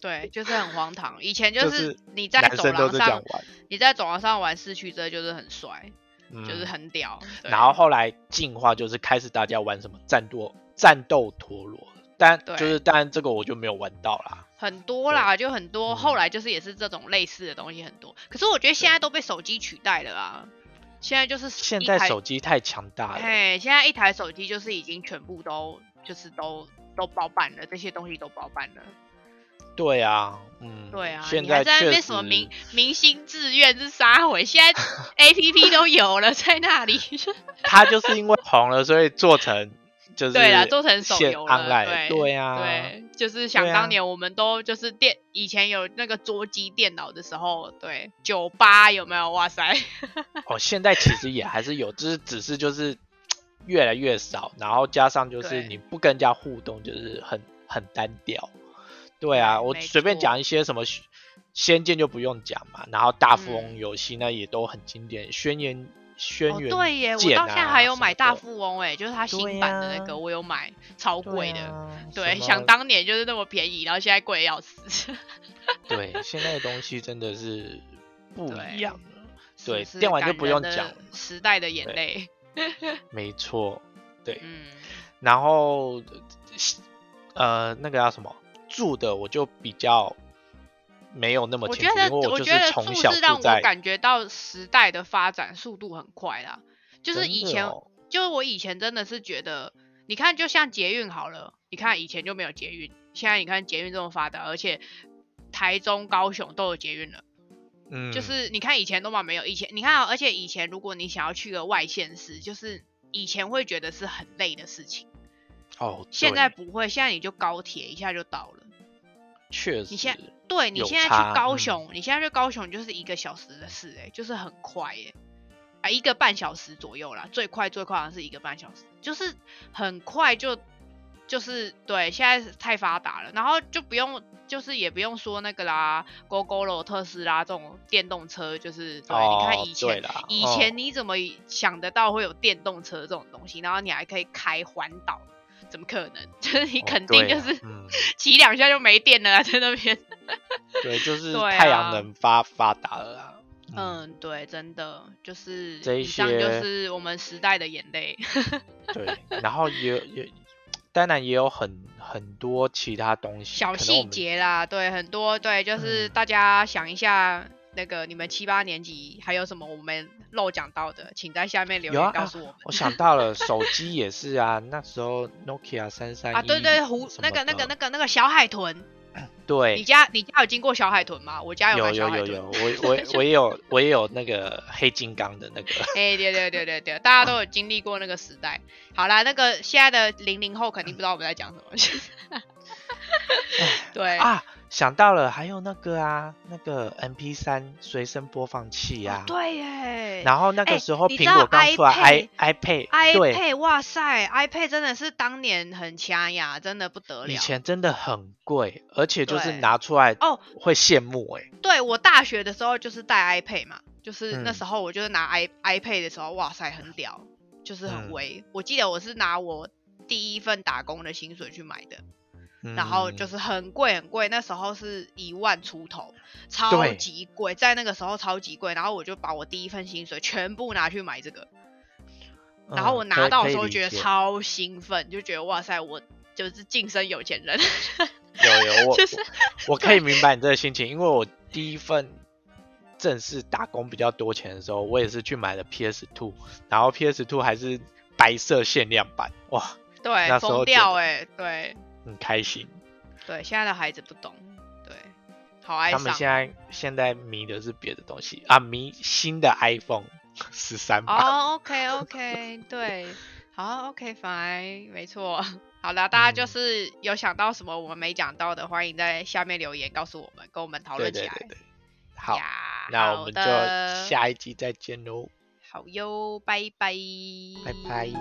Speaker 2: 对，就是很荒唐。以前
Speaker 1: 就
Speaker 2: 就是是你在
Speaker 1: 男
Speaker 2: 走
Speaker 1: 生都
Speaker 2: 廊
Speaker 1: 是这样
Speaker 2: 上，
Speaker 1: 玩，
Speaker 2: 你在走廊上玩四驱车就是很帅，
Speaker 1: 嗯
Speaker 2: 就是很屌。对
Speaker 1: 然后后来进化就是开始大家玩什么战斗战斗陀螺，但
Speaker 2: 对
Speaker 1: 就是当然这个我就没有玩到啦。
Speaker 2: 很多啦，就很多。
Speaker 1: 嗯
Speaker 2: 后来就是也是这种类似的东西很多，可是我觉得现在都被手机取代了啊。现在就是
Speaker 1: 现
Speaker 2: 一
Speaker 1: 在
Speaker 2: 台
Speaker 1: 手机太强大了，
Speaker 2: 哎，现在一台手机就是已经全部都就是都都包办了，这些东西都包办了。
Speaker 1: 对啊，嗯，
Speaker 2: 对啊，
Speaker 1: 现
Speaker 2: 你还
Speaker 1: 在
Speaker 2: 在那
Speaker 1: 确
Speaker 2: 边
Speaker 1: 实
Speaker 2: 什么明明星志愿是杀回，现 在 A P P 都有了，在那里。
Speaker 1: 它就是因为红了，所以做成就是
Speaker 2: 对啦，做成手
Speaker 1: 现
Speaker 2: 游了。
Speaker 1: online，
Speaker 2: 对
Speaker 1: 对啊，
Speaker 2: 对，就是
Speaker 1: 对
Speaker 2: 想
Speaker 1: 啊
Speaker 2: 当年我们都就是电以前有那个桌机电脑的时候，对酒吧有没有？哇 塞，
Speaker 1: 哦，现在其实也还是有，就是只是就是越来越少，然后加上就是
Speaker 2: 对
Speaker 1: 你不跟人家互动，就是很很单调。对啊，
Speaker 2: 对
Speaker 1: 我
Speaker 2: 没
Speaker 1: 随便
Speaker 2: 错
Speaker 1: 讲一些什么《仙剑》就不用讲嘛，然后《大富翁
Speaker 2: 嗯》
Speaker 1: 游戏那也都很经典，《轩辕轩
Speaker 2: 哦
Speaker 1: �辕、
Speaker 2: 对耶，我到现
Speaker 1: 啊
Speaker 2: 在还有买大
Speaker 1: 翁，
Speaker 2: 富翁哎，就是它
Speaker 1: 对
Speaker 2: 新版的那
Speaker 1: 呀
Speaker 2: 个，我有买，超
Speaker 1: 对
Speaker 2: 贵的。
Speaker 1: 啊
Speaker 2: 对，
Speaker 1: 什
Speaker 2: 想
Speaker 1: 么
Speaker 2: 当年就是那么便宜，然后现在贵得要死。
Speaker 1: 对现在的东西真的是不一
Speaker 2: 对
Speaker 1: 样了。对
Speaker 2: 是
Speaker 1: 电玩
Speaker 2: 感
Speaker 1: 就不
Speaker 2: 人
Speaker 1: 用
Speaker 2: 的
Speaker 1: 讲了
Speaker 2: 时代的眼
Speaker 1: 对
Speaker 2: 泪。
Speaker 1: 没错，对，
Speaker 2: 嗯，
Speaker 1: 然后呃那个叫什么住的，我就比较没有那么
Speaker 2: 我
Speaker 1: 清
Speaker 2: 觉
Speaker 1: 楚，
Speaker 2: 得
Speaker 1: 因为
Speaker 2: 我
Speaker 1: 就
Speaker 2: 觉得
Speaker 1: 从
Speaker 2: 住
Speaker 1: 小
Speaker 2: 是让
Speaker 1: 住
Speaker 2: 我
Speaker 1: 在，
Speaker 2: 感觉到时代的发展速度很快啦。就是以
Speaker 1: 真的
Speaker 2: 前，
Speaker 1: 哦
Speaker 2: 就是我以前真的是觉得，你看就像捷运好了，你看以前就没有捷运，现在你看捷运这么发达，而且台中、高雄都有捷运了。
Speaker 1: 嗯，
Speaker 2: 就是你看以前都嘛没有，以前你看、哦，而且以前如果你想要去个外县市，就是以前会觉得是很累的事情，
Speaker 1: 哦，
Speaker 2: 现在
Speaker 1: 对
Speaker 2: 不会，现在你就高铁一下就到了。
Speaker 1: 确实，
Speaker 2: 你现对你
Speaker 1: 有
Speaker 2: 现在去
Speaker 1: 差
Speaker 2: 高
Speaker 1: 嗯
Speaker 2: 雄，你现在去高雄就是一个小时的事、欸，就是很快、欸，啊，一个半小时左右啦，最快最快好像是一个半小时，就是很快就就是对，现在是太发达了，然后就不用就是也不用说那个啦，GoGo 特斯拉这种电动车，就是对，你看
Speaker 1: 哦
Speaker 2: 以
Speaker 1: 对
Speaker 2: 前
Speaker 1: 啦，
Speaker 2: 以
Speaker 1: 哦
Speaker 2: 前你怎么想得到会有电动车这种东西，然后你还可以开环岛，怎么可能？ 就是你
Speaker 1: 哦
Speaker 2: 肯定
Speaker 1: 对
Speaker 2: 就
Speaker 1: 啦
Speaker 2: 是
Speaker 1: 嗯
Speaker 2: 骑两下就没电了啊，在那边。
Speaker 1: 对，就是
Speaker 2: 对
Speaker 1: 太
Speaker 2: 啊
Speaker 1: 阳能发发达了啦。嗯，
Speaker 2: 嗯，对，真的就是
Speaker 1: 这一
Speaker 2: 以上就
Speaker 1: 些
Speaker 2: 是我们时代的眼泪。
Speaker 1: 对，然后也有也，当然也有很很多其他东西，
Speaker 2: 小
Speaker 1: 可能我
Speaker 2: 细
Speaker 1: 们
Speaker 2: 节啦，对，很多对，就是
Speaker 1: 嗯
Speaker 2: 大家想一下，那个你们七八年级还有什么我们漏讲到的，请在下面留
Speaker 1: 有啊
Speaker 2: 言告
Speaker 1: 啊
Speaker 2: 诉我们。
Speaker 1: 我想到了，手机也是啊，那时候 Nokia 三三
Speaker 2: 啊，对对，胡那个那个那个那个小海豚，你
Speaker 1: 对，
Speaker 2: 家你家有经过小海豚吗？我家
Speaker 1: 有
Speaker 2: 买小
Speaker 1: 有
Speaker 2: 海
Speaker 1: 有
Speaker 2: 豚。
Speaker 1: 有， 我我我也有我也有那个黑金刚的那个，
Speaker 2: 哎、对对对对对，大家都有经历过那个时代。好啦，那个现在的零零后肯定不知道我们在讲什么。 对，
Speaker 1: 哎啊，想到了，还有那个啊，那个 MP 三随身播放器
Speaker 2: 哦
Speaker 1: 啊，
Speaker 2: 对耶。
Speaker 1: 然后那
Speaker 2: 哎
Speaker 1: 个时候
Speaker 2: 你
Speaker 1: 苹
Speaker 2: 知
Speaker 1: 果
Speaker 2: 道
Speaker 1: 刚出来
Speaker 2: iPad-
Speaker 1: i iPad，对，
Speaker 2: iPad，哇塞，iPad 真的是当年很掐呀，真的不得了。
Speaker 1: 以前真的很贵，而且就是
Speaker 2: 对
Speaker 1: 拿出来
Speaker 2: 哦
Speaker 1: 会羡慕哎、
Speaker 2: 对我大学的时候就是带 iPad 嘛，就是那
Speaker 1: 嗯
Speaker 2: 时候我就是拿 i iPad 的时候，哇塞，很屌，就是很
Speaker 1: 嗯
Speaker 2: 威。我记得我是拿我第一份打工的薪水去买的，
Speaker 1: 嗯
Speaker 2: 然后就是很贵很贵，那时候是一万出头，超
Speaker 1: 对
Speaker 2: 级贵，在那个时候超级贵，然后我就把我第一份薪水全部拿去买这个，然后
Speaker 1: 嗯
Speaker 2: 我
Speaker 1: 可
Speaker 2: 拿
Speaker 1: 以
Speaker 2: 到
Speaker 1: 可
Speaker 2: 的
Speaker 1: 以
Speaker 2: 时候
Speaker 1: 理
Speaker 2: 觉得
Speaker 1: 解
Speaker 2: 超兴奋，就觉得哇塞，我就是晋升有钱人，
Speaker 1: 有有我
Speaker 2: 就是
Speaker 1: 我我可以明白你这个心情，因为我第一份正式打工比较多钱的时候，我也是去买了 PS Two，然后 PS Two 还是白色限量版，哇，
Speaker 2: 对，
Speaker 1: 那时候
Speaker 2: 疯
Speaker 1: 觉
Speaker 2: 掉
Speaker 1: 得
Speaker 2: 哎、对
Speaker 1: 很开心。
Speaker 2: 对，现在的孩子不懂，对，好哀
Speaker 1: 他
Speaker 2: 伤
Speaker 1: 们。现在现在迷的是别的东西啊，迷新的 iPhone 十三吧。
Speaker 2: 哦，OK OK，对，好，OK fine，没错。好了，大家就
Speaker 1: 嗯
Speaker 2: 是有想到什么我们没讲到的，欢迎在下面留言告诉我们，跟我们讨
Speaker 1: 对
Speaker 2: 论起
Speaker 1: 对
Speaker 2: 来。
Speaker 1: 对对，好，
Speaker 2: 呀
Speaker 1: 那
Speaker 2: 好
Speaker 1: 我们就
Speaker 2: 的
Speaker 1: 下一集再见喽，
Speaker 2: 好哟，拜拜，
Speaker 1: 拜拜。